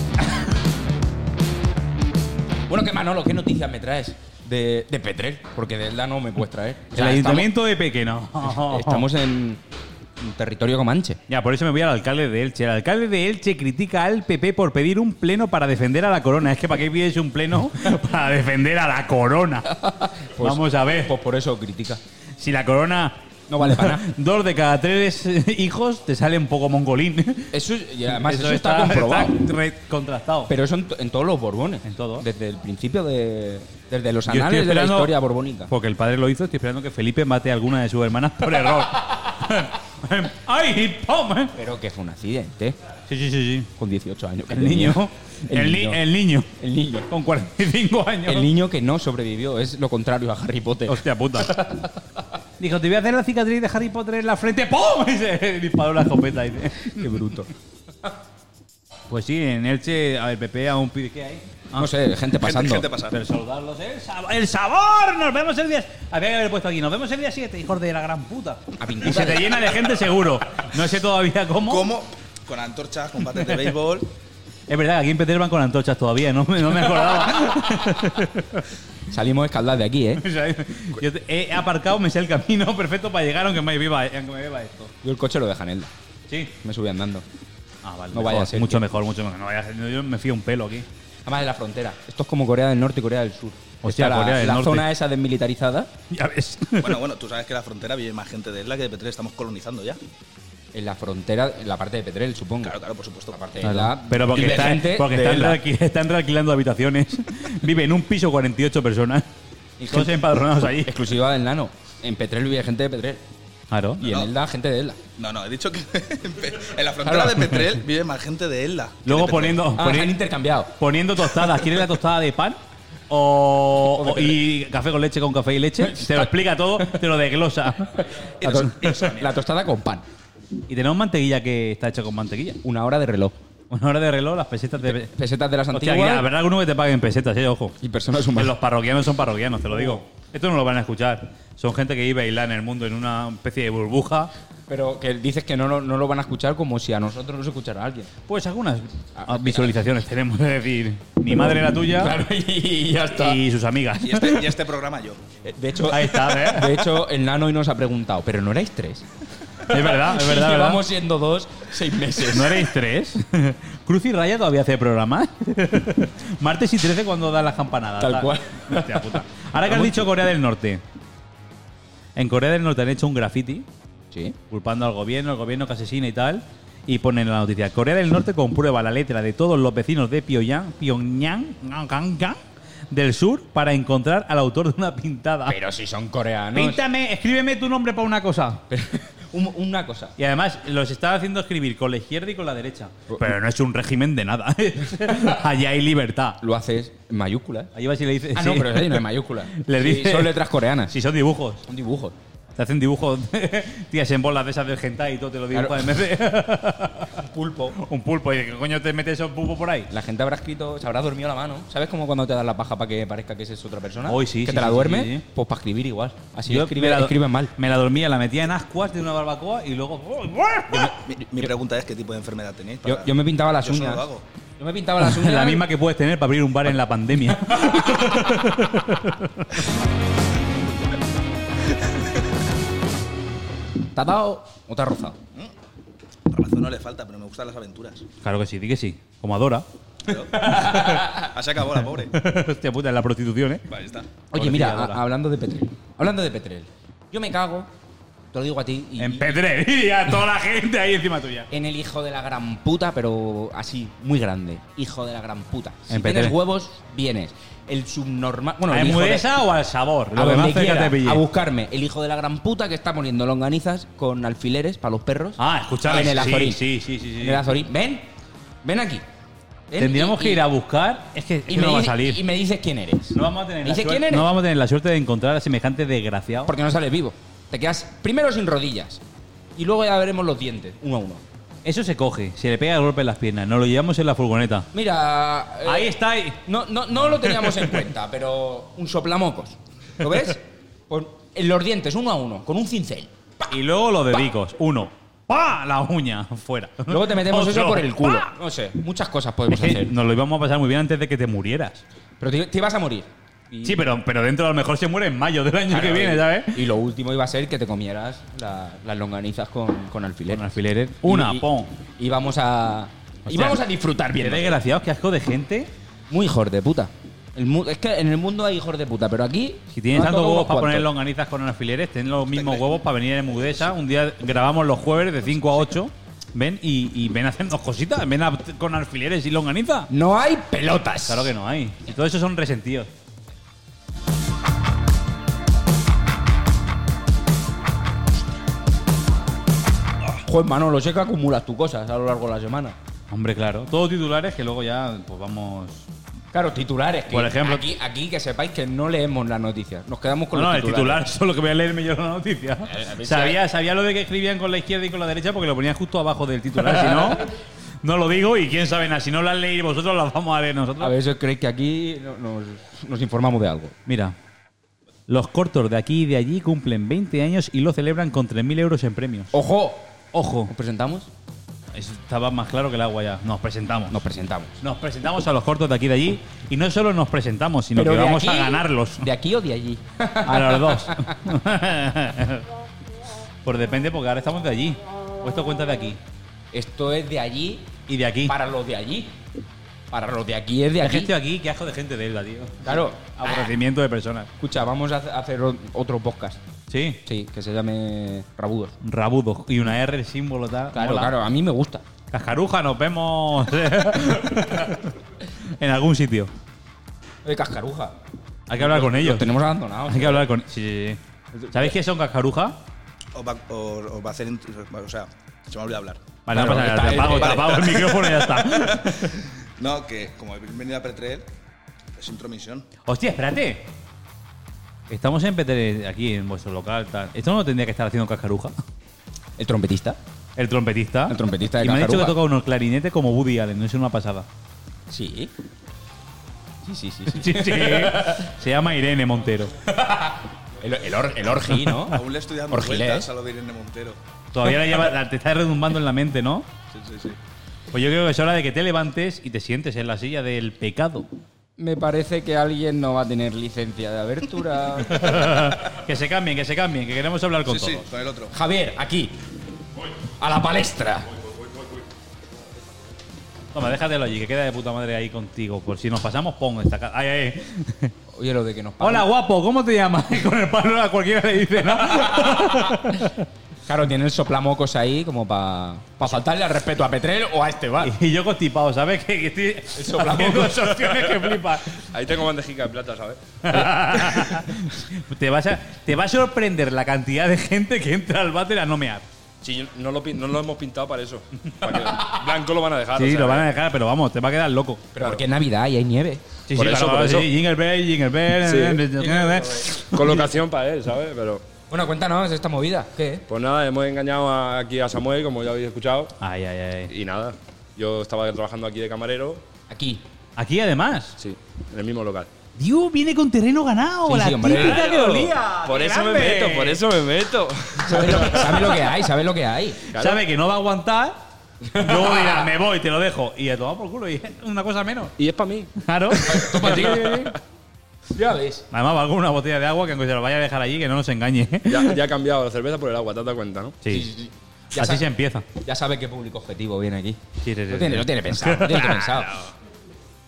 [SPEAKER 1] Bueno, que Manolo, ¿qué noticias me traes de, de Petrel? Porque de Elda no me puedes traer. O
[SPEAKER 2] el
[SPEAKER 1] sea,
[SPEAKER 2] ayuntamiento de Pequeno.
[SPEAKER 1] Estamos, estamos en en territorio comanche.
[SPEAKER 2] Ya, por eso me voy al alcalde de Elche. El alcalde de Elche critica al PP por pedir un pleno para defender a la corona. Es que ¿para qué pides un pleno para defender a la corona?
[SPEAKER 1] Pues-
[SPEAKER 2] Vamos a ver.
[SPEAKER 1] Pues por eso critica.
[SPEAKER 2] Si la corona...
[SPEAKER 1] No vale para nada.
[SPEAKER 2] Dos de cada tres hijos te sale un poco mongolín.
[SPEAKER 1] Eso, y además, eso, está, comprobado.
[SPEAKER 2] está re- contrastado.
[SPEAKER 1] Pero eso en, to- en todos los Borbones.
[SPEAKER 2] En todo.
[SPEAKER 1] Desde el principio de. Desde los
[SPEAKER 2] Yo estoy
[SPEAKER 1] anales de la
[SPEAKER 2] esperando-
[SPEAKER 1] historia borbónica.
[SPEAKER 2] Porque el padre lo hizo, estoy esperando que Felipe mate a alguna de sus hermanas por error. ¡Ay, pom! eh!
[SPEAKER 1] Pero que fue un accidente.
[SPEAKER 2] Sí, sí, sí, sí.
[SPEAKER 1] Con 18 años. que
[SPEAKER 2] El
[SPEAKER 1] tenía.
[SPEAKER 2] niño.
[SPEAKER 1] El,
[SPEAKER 2] El, ni-
[SPEAKER 1] niño.
[SPEAKER 2] el niño.
[SPEAKER 1] El niño.
[SPEAKER 2] Con 45 años.
[SPEAKER 1] El niño que no sobrevivió. Es lo contrario a Harry Potter.
[SPEAKER 2] Hostia puta. Dijo, te voy a hacer la cicatriz de Harry Potter en la frente. ¡Pum! Y se disparó la escopeta. dice.
[SPEAKER 1] Qué bruto.
[SPEAKER 2] Pues sí, en Elche, a Ah, ver, Pepe, aún pide ¿Qué hay?
[SPEAKER 1] No sé, gente pasando.
[SPEAKER 3] Gente, gente pasando.
[SPEAKER 2] Pero saludarlos, ¿eh? ¡El sab- ¡El sabor! ¡Nos vemos el día! Había que haber puesto aquí, nos vemos el día 7, hijos de la gran puta.
[SPEAKER 1] A
[SPEAKER 2] Y se
[SPEAKER 1] pintura.
[SPEAKER 2] te llena de gente seguro. No sé todavía cómo.
[SPEAKER 3] ¿Cómo? Con antorchas, con bates de béisbol.
[SPEAKER 2] Es verdad que aquí en Peter van con antorchas todavía, no, me- no me acordaba.
[SPEAKER 1] Salimos escaldados de aquí, ¿eh?
[SPEAKER 2] O sea, yo te- he aparcado, me sé el camino perfecto para llegar aunque me viva, aunque me beba esto.
[SPEAKER 1] Yo el coche lo dejé en Elda.
[SPEAKER 2] Sí.
[SPEAKER 1] Me subí andando.
[SPEAKER 2] Ah, vale.
[SPEAKER 1] No
[SPEAKER 2] mejor,
[SPEAKER 1] vaya a ser
[SPEAKER 2] Mucho
[SPEAKER 1] que-
[SPEAKER 2] mejor, mucho mejor. No vaya a ser- Yo me fío un pelo aquí.
[SPEAKER 1] Además de la frontera. Esto es como Corea del Norte y Corea del Sur.
[SPEAKER 2] Hostia,
[SPEAKER 1] Está la,
[SPEAKER 2] Corea del
[SPEAKER 1] la
[SPEAKER 2] Norte.
[SPEAKER 1] zona esa desmilitarizada
[SPEAKER 2] Ya ves.
[SPEAKER 3] Bueno, bueno, tú sabes que la frontera vive más gente de Isla que de Petrel. Estamos colonizando ya.
[SPEAKER 1] en la frontera, en la parte de Petrel, supongo.
[SPEAKER 3] Claro, claro, por supuesto. Eh, Aparte.
[SPEAKER 1] Elda
[SPEAKER 2] Pero porque,
[SPEAKER 1] vive
[SPEAKER 2] están,
[SPEAKER 1] gente
[SPEAKER 2] porque
[SPEAKER 1] de
[SPEAKER 2] están,
[SPEAKER 1] Elda.
[SPEAKER 2] realqui- están realquilando habitaciones. Vive en un piso 48 personas. Y todos empadronados allí.
[SPEAKER 1] Exclusiva del nano. En Petrel vive gente de Petrel.
[SPEAKER 2] Claro.
[SPEAKER 1] Y en
[SPEAKER 3] No.
[SPEAKER 1] Elda, gente de Elda.
[SPEAKER 3] No, no, he dicho que en Pe- en la frontera de Petrel vive más gente de Isla. que
[SPEAKER 2] Luego
[SPEAKER 3] de Petrel.
[SPEAKER 2] poniendo,
[SPEAKER 1] Ah, se han
[SPEAKER 2] poniendo,
[SPEAKER 1] intercambiado.
[SPEAKER 2] poniendo tostadas. ¿Quieres la tostada de pan? O, o- y café con leche con café y leche. Te lo explica todo, te lo desglosa.
[SPEAKER 1] La, to- la tostada con pan.
[SPEAKER 2] Y tenemos mantequilla que está hecha con mantequilla.
[SPEAKER 1] Una hora de reloj.
[SPEAKER 2] Una hora de reloj, las pesetas de.
[SPEAKER 1] Pesetas de las
[SPEAKER 2] Hostia, que
[SPEAKER 1] antiguas
[SPEAKER 2] habrá alguno que te paguen pesetas, eh, ojo.
[SPEAKER 1] y personas
[SPEAKER 2] Pues
[SPEAKER 1] humanas. Oh.
[SPEAKER 2] los parroquianos son parroquianos, te lo digo. Esto no lo van a escuchar. Son gente que vive baila en el mundo en una especie de burbuja.
[SPEAKER 1] Pero que dices que no, lo- no lo van a escuchar como si a nosotros nos escuchara alguien.
[SPEAKER 2] Pues algunas ah, visualizaciones tenemos, es decir, mi madre la tuya
[SPEAKER 1] y ya
[SPEAKER 2] y sus amigas.
[SPEAKER 3] Y este, y este programa yo.
[SPEAKER 1] de hecho,
[SPEAKER 2] Ahí está, ¿eh?
[SPEAKER 1] de hecho, el nano hoy nos ha preguntado, pero no erais tres.
[SPEAKER 2] Es verdad, Ah, es verdad.
[SPEAKER 1] Y
[SPEAKER 2] ¿verdad?
[SPEAKER 1] Llevamos siendo dos seis meses.
[SPEAKER 2] ¿No erais tres? Cruz y Raya todavía hace programa. Martes y 13 cuando dan las campanadas.
[SPEAKER 1] Tal cual.
[SPEAKER 2] Hostia puta. Ahora que has dicho Corea del Norte. En Corea del Norte han hecho un graffiti
[SPEAKER 1] Sí.
[SPEAKER 2] culpando al gobierno, el gobierno que asesina y tal. Y ponen en la noticia, Corea del Norte comprueba la letra de todos los vecinos de Pyongyang, Pyongyang, gang, gang, gang, del sur para encontrar al autor de una pintada.
[SPEAKER 1] Pero si son coreanos.
[SPEAKER 2] Píntame, escríbeme tu nombre para una cosa.
[SPEAKER 1] Un- una cosa.
[SPEAKER 2] Y además los estaba haciendo escribir con la izquierda y con la derecha. Pero no es un régimen de nada. Allá hay libertad.
[SPEAKER 1] Lo haces en mayúsculas.
[SPEAKER 2] Ahí vas y le dices.
[SPEAKER 1] Ah, no,
[SPEAKER 2] sí.
[SPEAKER 1] pero ahí no hay mayúsculas.
[SPEAKER 2] Le
[SPEAKER 1] Sí,
[SPEAKER 2] dice-
[SPEAKER 1] son letras coreanas.
[SPEAKER 2] Si son dibujos.
[SPEAKER 1] Son dibujos.
[SPEAKER 2] Te hacen dibujos, tías en bolas de esas del hentai y todo te lo dibujan
[SPEAKER 1] Claro.
[SPEAKER 2] en vez de. un pulpo. Un pulpo. ¿Y de qué coño te metes esos pulpos por ahí?
[SPEAKER 1] La gente habrá escrito, se habrá dormido la mano. ¿Sabes cómo cuando te das la paja para que parezca que es otra persona?
[SPEAKER 2] Hoy sí,
[SPEAKER 1] Que
[SPEAKER 2] sí,
[SPEAKER 1] te la
[SPEAKER 2] sí,
[SPEAKER 1] duermes,
[SPEAKER 2] sí, sí.
[SPEAKER 1] pues para escribir igual. Así
[SPEAKER 2] Yo
[SPEAKER 1] escribe,
[SPEAKER 2] me la do-
[SPEAKER 1] escribe mal.
[SPEAKER 2] Me la dormía, la metía en ascuas de una barbacoa y luego.
[SPEAKER 3] Mi, mi pregunta es: ¿qué tipo de enfermedad tenéis?
[SPEAKER 1] Yo,
[SPEAKER 3] para-
[SPEAKER 1] yo me pintaba las
[SPEAKER 3] Yo solo
[SPEAKER 1] uñas.
[SPEAKER 3] lo hago.
[SPEAKER 1] Yo me pintaba las uñas.
[SPEAKER 2] la misma que puedes tener para abrir un bar en la pandemia.
[SPEAKER 1] ¿Te ha dado o te ha rozado?
[SPEAKER 3] Ramazón no le falta, pero me gustan las aventuras.
[SPEAKER 2] Claro que sí, di que sí. Como adora.
[SPEAKER 3] Claro. Así acabó la pobre.
[SPEAKER 2] Hostia puta, en la prostitución, ¿eh?
[SPEAKER 3] Vale, está.
[SPEAKER 1] Oye, mira,
[SPEAKER 2] Pobrecilla Dora.
[SPEAKER 1] a- hablando de Petrel. Hablando de Petrel. Yo me cago, te lo digo a ti. y-
[SPEAKER 2] En pedrería, toda la gente ahí encima tuya.
[SPEAKER 1] en el hijo de la gran puta, pero así, muy grande. Hijo de la gran puta. Si tienes
[SPEAKER 2] En Petrel. Ah,
[SPEAKER 1] huevos, vienes. El subnormal. Bueno,
[SPEAKER 2] ¿A
[SPEAKER 1] el hijo de-
[SPEAKER 2] Emudesa o al sabor?
[SPEAKER 1] a
[SPEAKER 2] Lo que
[SPEAKER 1] donde
[SPEAKER 2] más cerca
[SPEAKER 1] quiera,
[SPEAKER 2] te pille.
[SPEAKER 1] a buscarme el hijo de la gran puta que está poniendo longanizas con alfileres para los perros.
[SPEAKER 2] Ah, escuchad.
[SPEAKER 1] En el Azorín.
[SPEAKER 2] Sí, sí, sí. sí,
[SPEAKER 1] En el Azorín. Ven, ven aquí. Ven
[SPEAKER 2] Tendríamos
[SPEAKER 1] y-
[SPEAKER 2] que
[SPEAKER 1] y-
[SPEAKER 2] ir a buscar. Es que, es que
[SPEAKER 1] y me
[SPEAKER 2] no va a
[SPEAKER 1] dice- Y
[SPEAKER 2] salir.
[SPEAKER 1] me dices quién eres.
[SPEAKER 2] No vamos a tener
[SPEAKER 1] Me
[SPEAKER 2] la
[SPEAKER 1] dices
[SPEAKER 2] suerte-
[SPEAKER 1] quién eres.
[SPEAKER 2] no vamos a tener la suerte de encontrar a semejante desgraciado.
[SPEAKER 1] Porque no sales vivo. Te quedas primero sin rodillas. Y luego ya veremos los dientes, uno a uno.
[SPEAKER 2] Eso se coge, se le pega el golpe en las piernas, nos lo llevamos en la furgoneta.
[SPEAKER 1] Mira. eh,
[SPEAKER 2] Ahí está. ahí.
[SPEAKER 1] No, no, no lo teníamos en cuenta, pero un soplamocos. ¿Lo ves? Con en los dientes, uno a uno, con un cincel.
[SPEAKER 2] Y luego los dedicos. Uno. ¡Pa! La uña. Fuera.
[SPEAKER 1] Luego te metemos eso
[SPEAKER 2] Otro. ¡Ah!
[SPEAKER 1] por el culo.
[SPEAKER 2] ¡Pa!
[SPEAKER 1] No sé, muchas cosas
[SPEAKER 2] Es
[SPEAKER 1] podemos
[SPEAKER 2] que
[SPEAKER 1] hacer.
[SPEAKER 2] nos lo íbamos a pasar muy bien antes de que te murieras.
[SPEAKER 1] Pero te, te ibas a morir.
[SPEAKER 2] Sí, pero, pero dentro a lo mejor se muere en mayo del año que
[SPEAKER 1] Claro,
[SPEAKER 2] viene, ¿eh?
[SPEAKER 1] y-
[SPEAKER 2] ¿sabes?
[SPEAKER 1] Y lo último iba a ser que te comieras la- las longanizas con, con alfileres.
[SPEAKER 2] Con alfileres. Una,
[SPEAKER 1] Y-
[SPEAKER 2] pon.
[SPEAKER 1] Y, y vamos a. y
[SPEAKER 2] Hostia,
[SPEAKER 1] vamos a disfrutar
[SPEAKER 2] Qué
[SPEAKER 1] bien.
[SPEAKER 2] desgraciados, qué asco de gente.
[SPEAKER 1] Muy hijos de puta. El mu- es que en el mundo hay hijos de puta, pero aquí.
[SPEAKER 2] Si tienes
[SPEAKER 1] no
[SPEAKER 2] tantos
[SPEAKER 1] toco
[SPEAKER 2] huevos para
[SPEAKER 1] unos
[SPEAKER 2] poner
[SPEAKER 1] cuantos.
[SPEAKER 2] longanizas con alfileres, ten los mismos huevos para venir en Mudesa. Un día grabamos los jueves de 5 a 8. Ven y, y ven a hacernos cositas. Ven a- con alfileres y longaniza.
[SPEAKER 1] No hay pelotas.
[SPEAKER 2] Claro que no hay. Y todo eso son resentidos.
[SPEAKER 1] Juez Manolo, sé que acumulas tus cosas a lo largo de la semana.
[SPEAKER 2] Hombre, claro. Todos titulares que luego ya, pues vamos.
[SPEAKER 1] Claro, titulares. que
[SPEAKER 2] Por ejemplo-
[SPEAKER 1] Aquí, aquí que sepáis que no leemos las noticias. Nos quedamos con
[SPEAKER 2] no, no,
[SPEAKER 1] los
[SPEAKER 2] el
[SPEAKER 1] titulares. Eh,
[SPEAKER 2] titular, solo que voy a leerme yo la noticia. Sabía, sabía lo de que escribían con la izquierda y con la derecha porque lo ponían justo abajo del titular. si no, no lo digo y quién sabe nada. Si no lo han leído vosotros, lo vamos a leer nosotros.
[SPEAKER 1] A veces creéis que aquí no- nos, nos informamos de algo.
[SPEAKER 2] Mira, los cortos de aquí y de allí cumplen 20 años y lo celebran con 3.000 euros en premios.
[SPEAKER 1] ¡Ojo!
[SPEAKER 2] Ojo,
[SPEAKER 1] ¿Nos presentamos?
[SPEAKER 2] eso estaba más claro que el agua ya. Nos presentamos.
[SPEAKER 1] Nos presentamos.
[SPEAKER 2] Nos presentamos a los cortos de aquí y de allí y no solo nos presentamos, sino
[SPEAKER 1] Pero
[SPEAKER 2] que
[SPEAKER 1] de
[SPEAKER 2] vamos a
[SPEAKER 1] aquí-
[SPEAKER 2] ganarlos.
[SPEAKER 1] ¿De aquí o de allí?
[SPEAKER 2] A los dos. Pues depende, porque ahora estamos de allí. O esto cuenta de aquí.
[SPEAKER 1] Esto es de allí
[SPEAKER 2] Y de aquí.
[SPEAKER 1] para los de allí. Para los de aquí es de
[SPEAKER 2] La
[SPEAKER 1] aquí. Ah.
[SPEAKER 2] gente aquí, qué asco de gente de Elda, tío.
[SPEAKER 1] Claro.
[SPEAKER 2] Ah, Aborrecimiento de personas.
[SPEAKER 1] Escucha, vamos a hacer otro podcast.
[SPEAKER 2] Sí.
[SPEAKER 1] Sí, que se llame Rabudos.
[SPEAKER 2] Rabudo. Y una R, el símbolo tal.
[SPEAKER 1] Claro,
[SPEAKER 2] Mola.
[SPEAKER 1] claro, a mí me gusta.
[SPEAKER 2] Cascaruja, nos vemos en algún sitio.
[SPEAKER 1] De cascaruja.
[SPEAKER 2] Hay que hablar con ellos.
[SPEAKER 1] Los tenemos abandonados.
[SPEAKER 2] Hay que hablar con. Sí, sí, sí. ¿Sabéis qué son cascaruja?
[SPEAKER 3] Os va, os- os va a hacer. int- O sea, se me ha olvidado hablar.
[SPEAKER 2] Vale, no
[SPEAKER 1] Claro,
[SPEAKER 2] pasa nada.
[SPEAKER 1] está
[SPEAKER 2] Te apago,
[SPEAKER 1] bien,
[SPEAKER 2] te
[SPEAKER 3] vale.
[SPEAKER 2] apago el micrófono y ya está.
[SPEAKER 3] No, que como he venido a Petrel, es intromisión.
[SPEAKER 2] Hostia, espérate. Estamos en Peter, aquí en vuestro local. Tal. Esto no lo tendría que estar haciendo cascaruja.
[SPEAKER 1] El trompetista.
[SPEAKER 2] El trompetista.
[SPEAKER 1] El trompetista de
[SPEAKER 2] Y me ha dicho que
[SPEAKER 1] Cascaruja.
[SPEAKER 2] toca unos clarinetes como Woody Allen. No es una pasada.
[SPEAKER 1] Sí. Sí, sí, sí.
[SPEAKER 2] Sí, sí. Se llama Irene Montero.
[SPEAKER 1] El, el, or- el orgi, ¿no?
[SPEAKER 3] Aún le estoy dando
[SPEAKER 1] Orgilés.
[SPEAKER 3] vueltas a lo de Irene Montero.
[SPEAKER 2] Todavía la lleva, la- te está redumbando en la mente, ¿no?
[SPEAKER 3] Sí, sí, sí.
[SPEAKER 2] Pues yo creo que es hora de que te levantes y te sientes en la silla del pecado.
[SPEAKER 1] Me parece que alguien no va a tener licencia de abertura.
[SPEAKER 2] que se cambien, que se cambien, que queremos hablar con
[SPEAKER 3] Sí, sí,
[SPEAKER 2] todos.
[SPEAKER 3] con el otro.
[SPEAKER 1] Javier, aquí. A la palestra.
[SPEAKER 2] Toma, déjatelo allí, que queda de puta madre ahí contigo. Por si nos pasamos, pon esta ca- Ay, ay.
[SPEAKER 1] Oye, lo de que nos pagan.
[SPEAKER 2] Hola, guapo, ¿cómo te llamas? con el palo a cualquiera le dice, ¿no?
[SPEAKER 1] Claro, tiene el soplamocos ahí como para faltarle al respeto a Petrel o a este bar.
[SPEAKER 2] y yo constipado, ¿sabes? Que, que estoy
[SPEAKER 1] soplamocos.
[SPEAKER 2] haciendo absorciones que flipas.
[SPEAKER 3] Ahí tengo bandejica de plata, ¿sabes?
[SPEAKER 2] te, vas a, te va a sorprender la cantidad de gente que entra al váter a no mear.
[SPEAKER 4] Sí, yo- no lo, pin- no lo hemos pintado para eso. Para que- blanco lo van a dejar.
[SPEAKER 2] Sí,
[SPEAKER 4] o sea,
[SPEAKER 2] lo van a dejar, pero vamos, te va a quedar loco.
[SPEAKER 1] Pero porque es Navidad y hay nieve.
[SPEAKER 2] Sí,
[SPEAKER 4] Por
[SPEAKER 2] sí,
[SPEAKER 4] eso,
[SPEAKER 2] claro,
[SPEAKER 4] por eso.
[SPEAKER 2] sí, Jingle Bell, Jingle Bell.
[SPEAKER 4] Sí.
[SPEAKER 2] Jingle Bell.
[SPEAKER 4] Colocación para él, ¿sabes? Pero,
[SPEAKER 1] Bueno, cuéntanos esta movida. ¿Qué?
[SPEAKER 4] pues nada, hemos engañado a- aquí a Samuel, como ya habéis escuchado.
[SPEAKER 2] Ay, ay, ay.
[SPEAKER 4] Y nada, yo estaba trabajando aquí de camarero,
[SPEAKER 1] Aquí.
[SPEAKER 2] Aquí además.
[SPEAKER 4] sí, en el mismo local.
[SPEAKER 2] Dios viene con terreno ganado.
[SPEAKER 1] Sí,
[SPEAKER 2] la
[SPEAKER 1] sí, hombre.
[SPEAKER 2] típica que olía.
[SPEAKER 4] Por
[SPEAKER 2] ¡Qué
[SPEAKER 4] eso me
[SPEAKER 2] grande!
[SPEAKER 4] meto, por eso me meto.
[SPEAKER 1] ¿Sabes lo, que- sabes lo que hay? ¿Sabes lo que hay?
[SPEAKER 4] Claro.
[SPEAKER 2] Sabe que no va a aguantar. Luego dirá, me voy, te lo dejo. Y a tomar por culo. Y una cosa menos.
[SPEAKER 4] Y es para mí.
[SPEAKER 2] Claro.
[SPEAKER 1] Toma, tío. Ya ves.
[SPEAKER 2] Además, va con una botella de agua que aunque se lo vaya a dejar allí, que no nos engañe. ¿eh?
[SPEAKER 4] Ya, ya ha cambiado la cerveza por el agua, te has dado cuenta, ¿no?
[SPEAKER 2] Sí.
[SPEAKER 1] Sí, sí, sí. Ya
[SPEAKER 2] Así
[SPEAKER 1] sabe-
[SPEAKER 2] se empieza.
[SPEAKER 1] Ya sabe qué público objetivo viene aquí.
[SPEAKER 2] Sí, sí, sí,
[SPEAKER 1] Lo tiene,
[SPEAKER 2] sí.
[SPEAKER 1] lo tiene pensado, lo tiene pensado.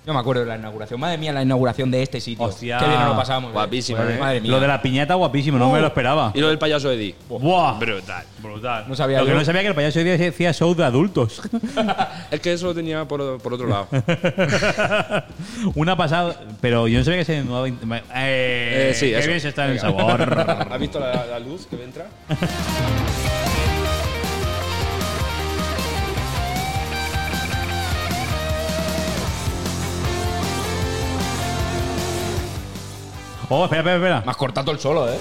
[SPEAKER 1] Yo me acuerdo de la inauguración. Madre mía, la inauguración de este sitio.
[SPEAKER 2] Hostia.
[SPEAKER 1] Qué bien nos lo pasábamos.
[SPEAKER 4] Guapísima,
[SPEAKER 1] Madre
[SPEAKER 4] ¿eh?
[SPEAKER 1] Madre mía.
[SPEAKER 2] Lo de la piñata, guapísimo, no me lo esperaba.
[SPEAKER 4] Y lo del payaso Eddie.
[SPEAKER 2] Buah.
[SPEAKER 4] Brutal.
[SPEAKER 2] Brutal.
[SPEAKER 1] No sabía
[SPEAKER 2] lo que
[SPEAKER 1] yo.
[SPEAKER 2] no sabía que el payaso hoy día hacía show de adultos.
[SPEAKER 4] Es que eso lo tenía por, por otro lado.
[SPEAKER 2] Una pasada, pero yo no sabía que se desnudaba. Eh,
[SPEAKER 4] Eh, sí,
[SPEAKER 2] qué
[SPEAKER 4] eso.
[SPEAKER 2] bien se está en el sabor.
[SPEAKER 4] ¿Has visto la, la luz que entra?
[SPEAKER 2] Oh, espera, espera, espera.
[SPEAKER 1] Me has cortado todo el solo, ¿eh?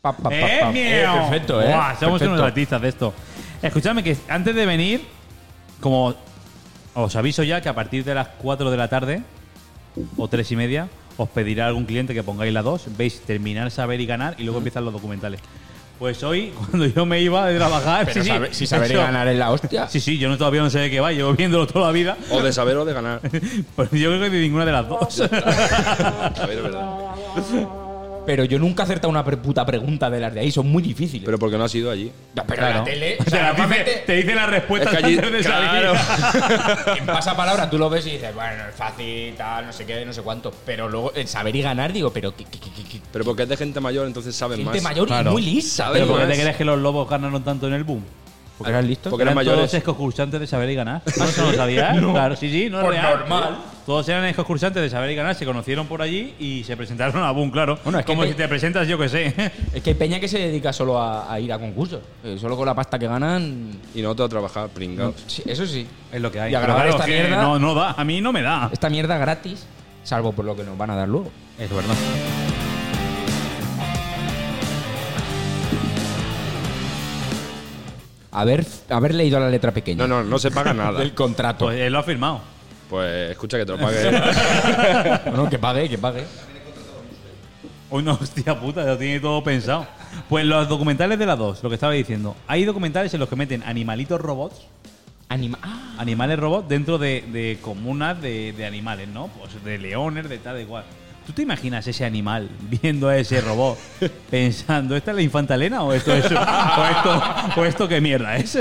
[SPEAKER 1] Pa, pa, pa,
[SPEAKER 2] ¡Eh,
[SPEAKER 1] pa.
[SPEAKER 2] miau!
[SPEAKER 1] Eh, perfecto, ¿eh?
[SPEAKER 2] Buah, somos
[SPEAKER 1] Perfecto.
[SPEAKER 2] unos artistas de esto. Escuchadme que antes de venir, como os aviso ya que a partir de las 4 de la tarde o 3 y media, os pedirá algún cliente que pongáis la 2, veis terminar, saber y ganar y luego empiezan los documentales. Pues hoy, cuando yo me iba de trabajar,
[SPEAKER 1] Pero
[SPEAKER 2] sí, sí,
[SPEAKER 1] sabe- si saber y
[SPEAKER 2] eso-
[SPEAKER 1] ganar es la hostia.
[SPEAKER 2] Sí, sí, yo no, todavía no sé de qué va, llevo viéndolo toda la vida.
[SPEAKER 4] O de saber o de ganar.
[SPEAKER 2] Pues yo creo que de ninguna de las dos.
[SPEAKER 4] A ver, es verdad.
[SPEAKER 1] Pero yo nunca he acertado una pre- puta pregunta de las de ahí, son muy difíciles.
[SPEAKER 4] Pero porque no has ido allí.
[SPEAKER 1] No, pero
[SPEAKER 2] Claro.
[SPEAKER 1] la tele, o
[SPEAKER 2] Te
[SPEAKER 1] sea,
[SPEAKER 2] la dice-
[SPEAKER 1] normalmente
[SPEAKER 2] te dice la
[SPEAKER 4] Es
[SPEAKER 2] respuesta
[SPEAKER 4] que allí.
[SPEAKER 2] antes de salir.
[SPEAKER 4] Claro.
[SPEAKER 1] en pasapalabra tú lo ves y dices, bueno, es fácil, tal, no sé qué, no sé cuánto. Pero luego el saber y ganar, digo, pero qué, qué, qué, qué- qué-
[SPEAKER 4] Pero porque es de gente mayor, entonces saben
[SPEAKER 1] gente
[SPEAKER 4] Pues más.
[SPEAKER 1] mayor
[SPEAKER 2] claro.
[SPEAKER 1] y muy lisa.
[SPEAKER 4] Pero
[SPEAKER 2] ¿Pero por qué
[SPEAKER 4] más.
[SPEAKER 2] te crees que los lobos ganaron tanto en el boom?
[SPEAKER 1] Porque eran listos.
[SPEAKER 4] Porque eran
[SPEAKER 2] todos
[SPEAKER 4] mayores.
[SPEAKER 2] excursantes de saber y ganar. ¿No se lo sabías? Claro, sí, sí, no es
[SPEAKER 1] Por
[SPEAKER 2] real.
[SPEAKER 1] normal.
[SPEAKER 2] Todos eran excursantes de saber y ganar, se conocieron por allí y se presentaron a Boom, claro.
[SPEAKER 1] Bueno, es que
[SPEAKER 2] Como
[SPEAKER 1] te-
[SPEAKER 2] si te presentas, yo que sé.
[SPEAKER 1] Es que hay peña que se dedica solo a, a ir a concursos. Eh, solo con la pasta que ganan.
[SPEAKER 4] Y nosotros a trabajar, pringados.
[SPEAKER 1] Sí, eso sí.
[SPEAKER 2] Es lo que
[SPEAKER 1] Y a grabar esta mierda.
[SPEAKER 2] No, no da, a mí no me da.
[SPEAKER 1] Esta mierda gratis, salvo por lo que nos van a dar luego.
[SPEAKER 2] Es verdad.
[SPEAKER 1] Haber, haber leído la letra pequeña
[SPEAKER 4] No, no, no se paga nada.
[SPEAKER 1] del contrato.
[SPEAKER 2] Pues él lo ha firmado.
[SPEAKER 4] Pues escucha que te lo pague.
[SPEAKER 1] No, que pague, que pague.
[SPEAKER 2] Uy, no, hostia puta, lo tiene todo pensado. Pues los documentales de las dos, lo que estaba diciendo. Hay documentales en los que meten animalitos robots
[SPEAKER 1] Anima. Ah,
[SPEAKER 2] animales robots dentro de, de comunas de, de animales, ¿no? Pues de leones, de tal, de cual. ¿Tú te imaginas ese animal viendo a ese robot pensando, ¿esta es la infantalena o esto es. o esto, o esto qué mierda es?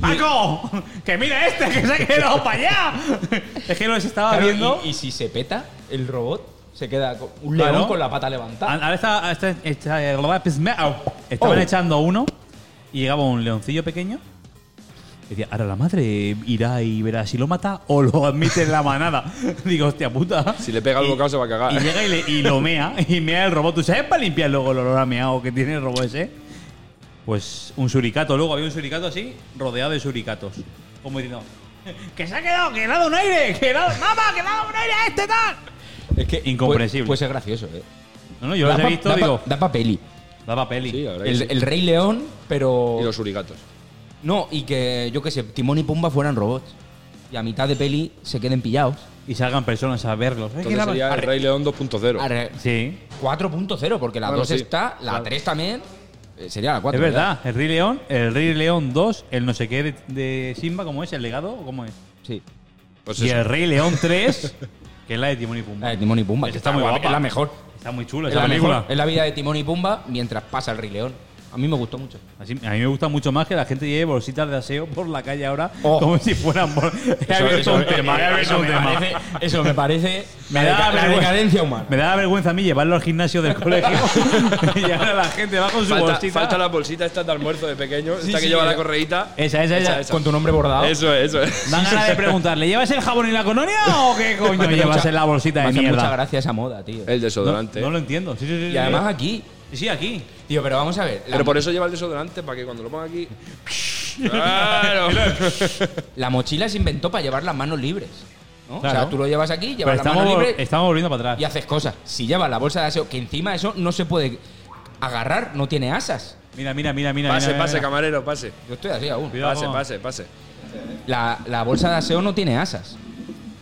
[SPEAKER 2] ¡Paco! ¡Que mira este que se ha quedado para allá! Es que los estaba
[SPEAKER 1] claro,
[SPEAKER 2] Ah, viendo.
[SPEAKER 1] y, y si se peta el robot, se queda con- un
[SPEAKER 2] Claro.
[SPEAKER 1] león con la pata levantada.
[SPEAKER 2] Ah, Ahora está, está- eh, está- estaban
[SPEAKER 1] Oh.
[SPEAKER 2] echando uno y llegaba un leoncillo pequeño. Decía, ahora la madre irá y verá si lo mata o lo admite en la manada. Digo, hostia puta.
[SPEAKER 4] Si le pega el
[SPEAKER 2] Y-
[SPEAKER 4] bocado se va a cagar.
[SPEAKER 2] Y llega y, le- y lo mea, y mea el robot. ¿Tú sabes para limpiar luego el olor a meao que tiene el robot ese? Pues un suricato. Luego había un suricato así, rodeado de suricatos. Como diciendo, que se ha quedado, que le ha dado un aire, que le ha dado, mamá, que le ha dado un aire a este tal.
[SPEAKER 1] Es que
[SPEAKER 2] Incomprensible.
[SPEAKER 1] Puede, puede ser gracioso, eh.
[SPEAKER 2] No, no, yo los
[SPEAKER 1] Da
[SPEAKER 2] he
[SPEAKER 1] pa-
[SPEAKER 2] visto,
[SPEAKER 1] da pa-
[SPEAKER 2] digo,
[SPEAKER 1] da pa peli.
[SPEAKER 2] daba peli.
[SPEAKER 4] Sí, la verdad que
[SPEAKER 1] El,
[SPEAKER 4] sí.
[SPEAKER 1] el Rey León, pero.
[SPEAKER 4] Y los suricatos.
[SPEAKER 1] No, y que, yo qué sé, Timón y Pumba fueran robots. Y a mitad de peli se queden pillados.
[SPEAKER 2] y salgan personas a verlos. Eh, que
[SPEAKER 4] Entonces
[SPEAKER 2] la-
[SPEAKER 4] sería el Rey León 2.0.
[SPEAKER 1] Arre-
[SPEAKER 2] Sí,
[SPEAKER 1] 4.0, porque la
[SPEAKER 4] Bueno,
[SPEAKER 1] 2
[SPEAKER 4] sí.
[SPEAKER 1] está, la 3 también. eh, Sería la 4.
[SPEAKER 2] es verdad. El Rey León, el Rey León 2, el no sé qué de, de Simba, ¿cómo es? ¿El legado? o ¿Cómo es?
[SPEAKER 1] Sí.
[SPEAKER 4] Pues
[SPEAKER 2] y el
[SPEAKER 4] eso.
[SPEAKER 2] Rey León 3, que es la de Timón y Pumba.
[SPEAKER 1] La de Timón y Pumba.
[SPEAKER 2] Esa
[SPEAKER 1] Eh, que
[SPEAKER 2] está muy
[SPEAKER 1] guapa,
[SPEAKER 2] guapa.
[SPEAKER 1] Es la mejor.
[SPEAKER 2] Está muy chula
[SPEAKER 1] Es
[SPEAKER 2] esa
[SPEAKER 1] la,
[SPEAKER 2] película.
[SPEAKER 1] mejor. Es la vida de Timón y Pumba mientras pasa el Rey León. A mí me gustó mucho.
[SPEAKER 2] Así- a mí me gusta mucho más que la gente lleve bolsitas de aseo por la calle ahora
[SPEAKER 1] Oh.
[SPEAKER 2] como si fueran bol- He abierto
[SPEAKER 4] eso-
[SPEAKER 2] un tema, he abierto
[SPEAKER 1] eso,
[SPEAKER 2] un
[SPEAKER 1] me
[SPEAKER 2] tema.
[SPEAKER 1] parece, eso me parece
[SPEAKER 2] Me
[SPEAKER 1] la,
[SPEAKER 2] da
[SPEAKER 1] deca- la
[SPEAKER 2] vergüenza.
[SPEAKER 1] decadencia humana.
[SPEAKER 2] Me da vergüenza a mí llevarlo al gimnasio del colegio y ahora la gente va con su
[SPEAKER 4] Falta,
[SPEAKER 2] bolsita.
[SPEAKER 4] falta la bolsita esta de almuerzo de pequeño, esta que
[SPEAKER 1] sí, Ah.
[SPEAKER 4] lleva
[SPEAKER 1] ya.
[SPEAKER 4] la correíta.
[SPEAKER 2] Esa, esa, esa.
[SPEAKER 4] esa.
[SPEAKER 1] Con tu nombre bordado.
[SPEAKER 4] Eso es, eso es.
[SPEAKER 2] Dan ganas de preguntarle, ¿llevas el jabón y la colonia o qué coño llevas en la bolsita
[SPEAKER 1] me
[SPEAKER 2] de
[SPEAKER 1] hace
[SPEAKER 2] mierda?
[SPEAKER 1] mucha gracia esa moda, tío.
[SPEAKER 4] El
[SPEAKER 2] No,
[SPEAKER 4] desodorante.
[SPEAKER 2] no lo entiendo. Sí, sí, sí,
[SPEAKER 1] Y
[SPEAKER 2] sí.
[SPEAKER 1] además aquí.
[SPEAKER 2] Sí, sí, aquí.
[SPEAKER 1] Tío, pero vamos a ver. La,
[SPEAKER 4] Pero por eso lleva el desodorante, para que cuando lo ponga aquí. Claro.
[SPEAKER 1] la mochila se inventó para llevar las manos libres. ¿no? O
[SPEAKER 2] Claro.
[SPEAKER 1] sea, tú lo llevas aquí,
[SPEAKER 2] Pero
[SPEAKER 1] llevas la
[SPEAKER 2] estamos,
[SPEAKER 1] mano libre
[SPEAKER 2] estamos volviendo para
[SPEAKER 1] y
[SPEAKER 2] atrás.
[SPEAKER 1] haces cosas. Si llevas la bolsa de aseo, que encima eso no se puede agarrar, no tiene asas.
[SPEAKER 2] Mira, mira, mira, mira.
[SPEAKER 4] Pase,
[SPEAKER 2] mira,
[SPEAKER 4] pase,
[SPEAKER 2] mira.
[SPEAKER 4] camarero, pase.
[SPEAKER 1] Yo estoy así aún.
[SPEAKER 2] Cuidado
[SPEAKER 4] Pase,
[SPEAKER 2] con-
[SPEAKER 4] pase, pase.
[SPEAKER 1] La, la bolsa de aseo no tiene asas.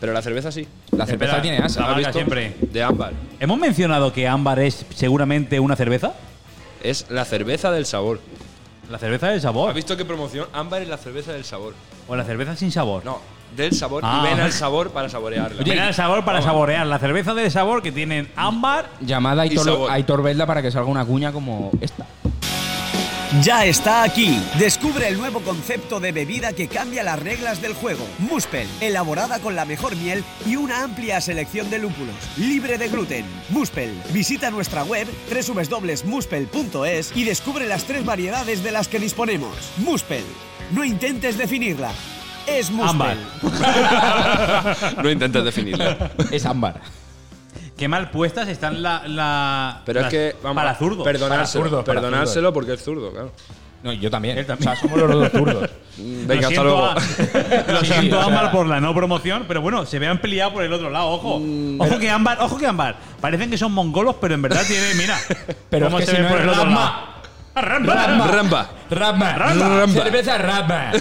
[SPEAKER 4] Pero la cerveza sí.
[SPEAKER 1] La cerveza
[SPEAKER 2] Espera,
[SPEAKER 1] tiene
[SPEAKER 2] la
[SPEAKER 1] asas.
[SPEAKER 2] marca siempre.
[SPEAKER 4] De ámbar.
[SPEAKER 2] ¿Hemos mencionado que ámbar es seguramente una cerveza?
[SPEAKER 4] Es la cerveza del sabor.
[SPEAKER 2] La cerveza del
[SPEAKER 4] ¿Has
[SPEAKER 2] sabor.
[SPEAKER 4] visto qué promoción? Ámbar es la cerveza del sabor.
[SPEAKER 2] O la cerveza sin sabor.
[SPEAKER 4] No, del sabor
[SPEAKER 2] Ah.
[SPEAKER 4] y ven al sabor para saborearlo.
[SPEAKER 2] Mira el sabor para saborear. La cerveza del sabor que tienen ámbar.
[SPEAKER 5] Llamada a
[SPEAKER 4] Y
[SPEAKER 5] Aitor,
[SPEAKER 4] sabor.
[SPEAKER 5] a Aitor Velda para que salga una cuña como esta.
[SPEAKER 6] Ya está aquí. Descubre el nuevo concepto de bebida que cambia las reglas del juego. Muspel, elaborada con la mejor miel y una amplia selección de lúpulos, libre de gluten. Muspel, visita nuestra web www.muspel.es y descubre las tres variedades de las que disponemos. Muspel, no intentes definirla. Es
[SPEAKER 2] Ámbar.
[SPEAKER 6] Muspel.
[SPEAKER 4] No intentes definirla.
[SPEAKER 5] Es ámbar.
[SPEAKER 2] Qué mal puestas están la. la
[SPEAKER 4] Pero es
[SPEAKER 2] las-
[SPEAKER 4] que. Vamos,
[SPEAKER 2] para zurdos.
[SPEAKER 4] Perdonárselo,
[SPEAKER 1] Para zurdos, para
[SPEAKER 4] perdonárselo porque es zurdo, claro.
[SPEAKER 1] No, yo también. O sea, somos los dos zurdos.
[SPEAKER 4] Venga,
[SPEAKER 2] Mm. Lo
[SPEAKER 4] hasta
[SPEAKER 2] siento,
[SPEAKER 4] luego.
[SPEAKER 2] a- Lo
[SPEAKER 1] Sí, o
[SPEAKER 2] siento,
[SPEAKER 1] sea-
[SPEAKER 2] Ámbar, por la no promoción, pero bueno, se vean peleado por el otro lado, ojo.
[SPEAKER 1] Mm.
[SPEAKER 2] Ojo que Ámbar, ojo que Ámbar. Parecen que son mongolos, pero en verdad tienen, mira.
[SPEAKER 1] Pero
[SPEAKER 2] cómo
[SPEAKER 1] es que
[SPEAKER 2] se
[SPEAKER 1] si
[SPEAKER 2] ven
[SPEAKER 1] no
[SPEAKER 2] por
[SPEAKER 1] es
[SPEAKER 2] el otro
[SPEAKER 1] Ramma.
[SPEAKER 2] lado. Rampa.
[SPEAKER 4] Rampa.
[SPEAKER 1] Rama.
[SPEAKER 2] Rama.
[SPEAKER 1] Cerveza Rama.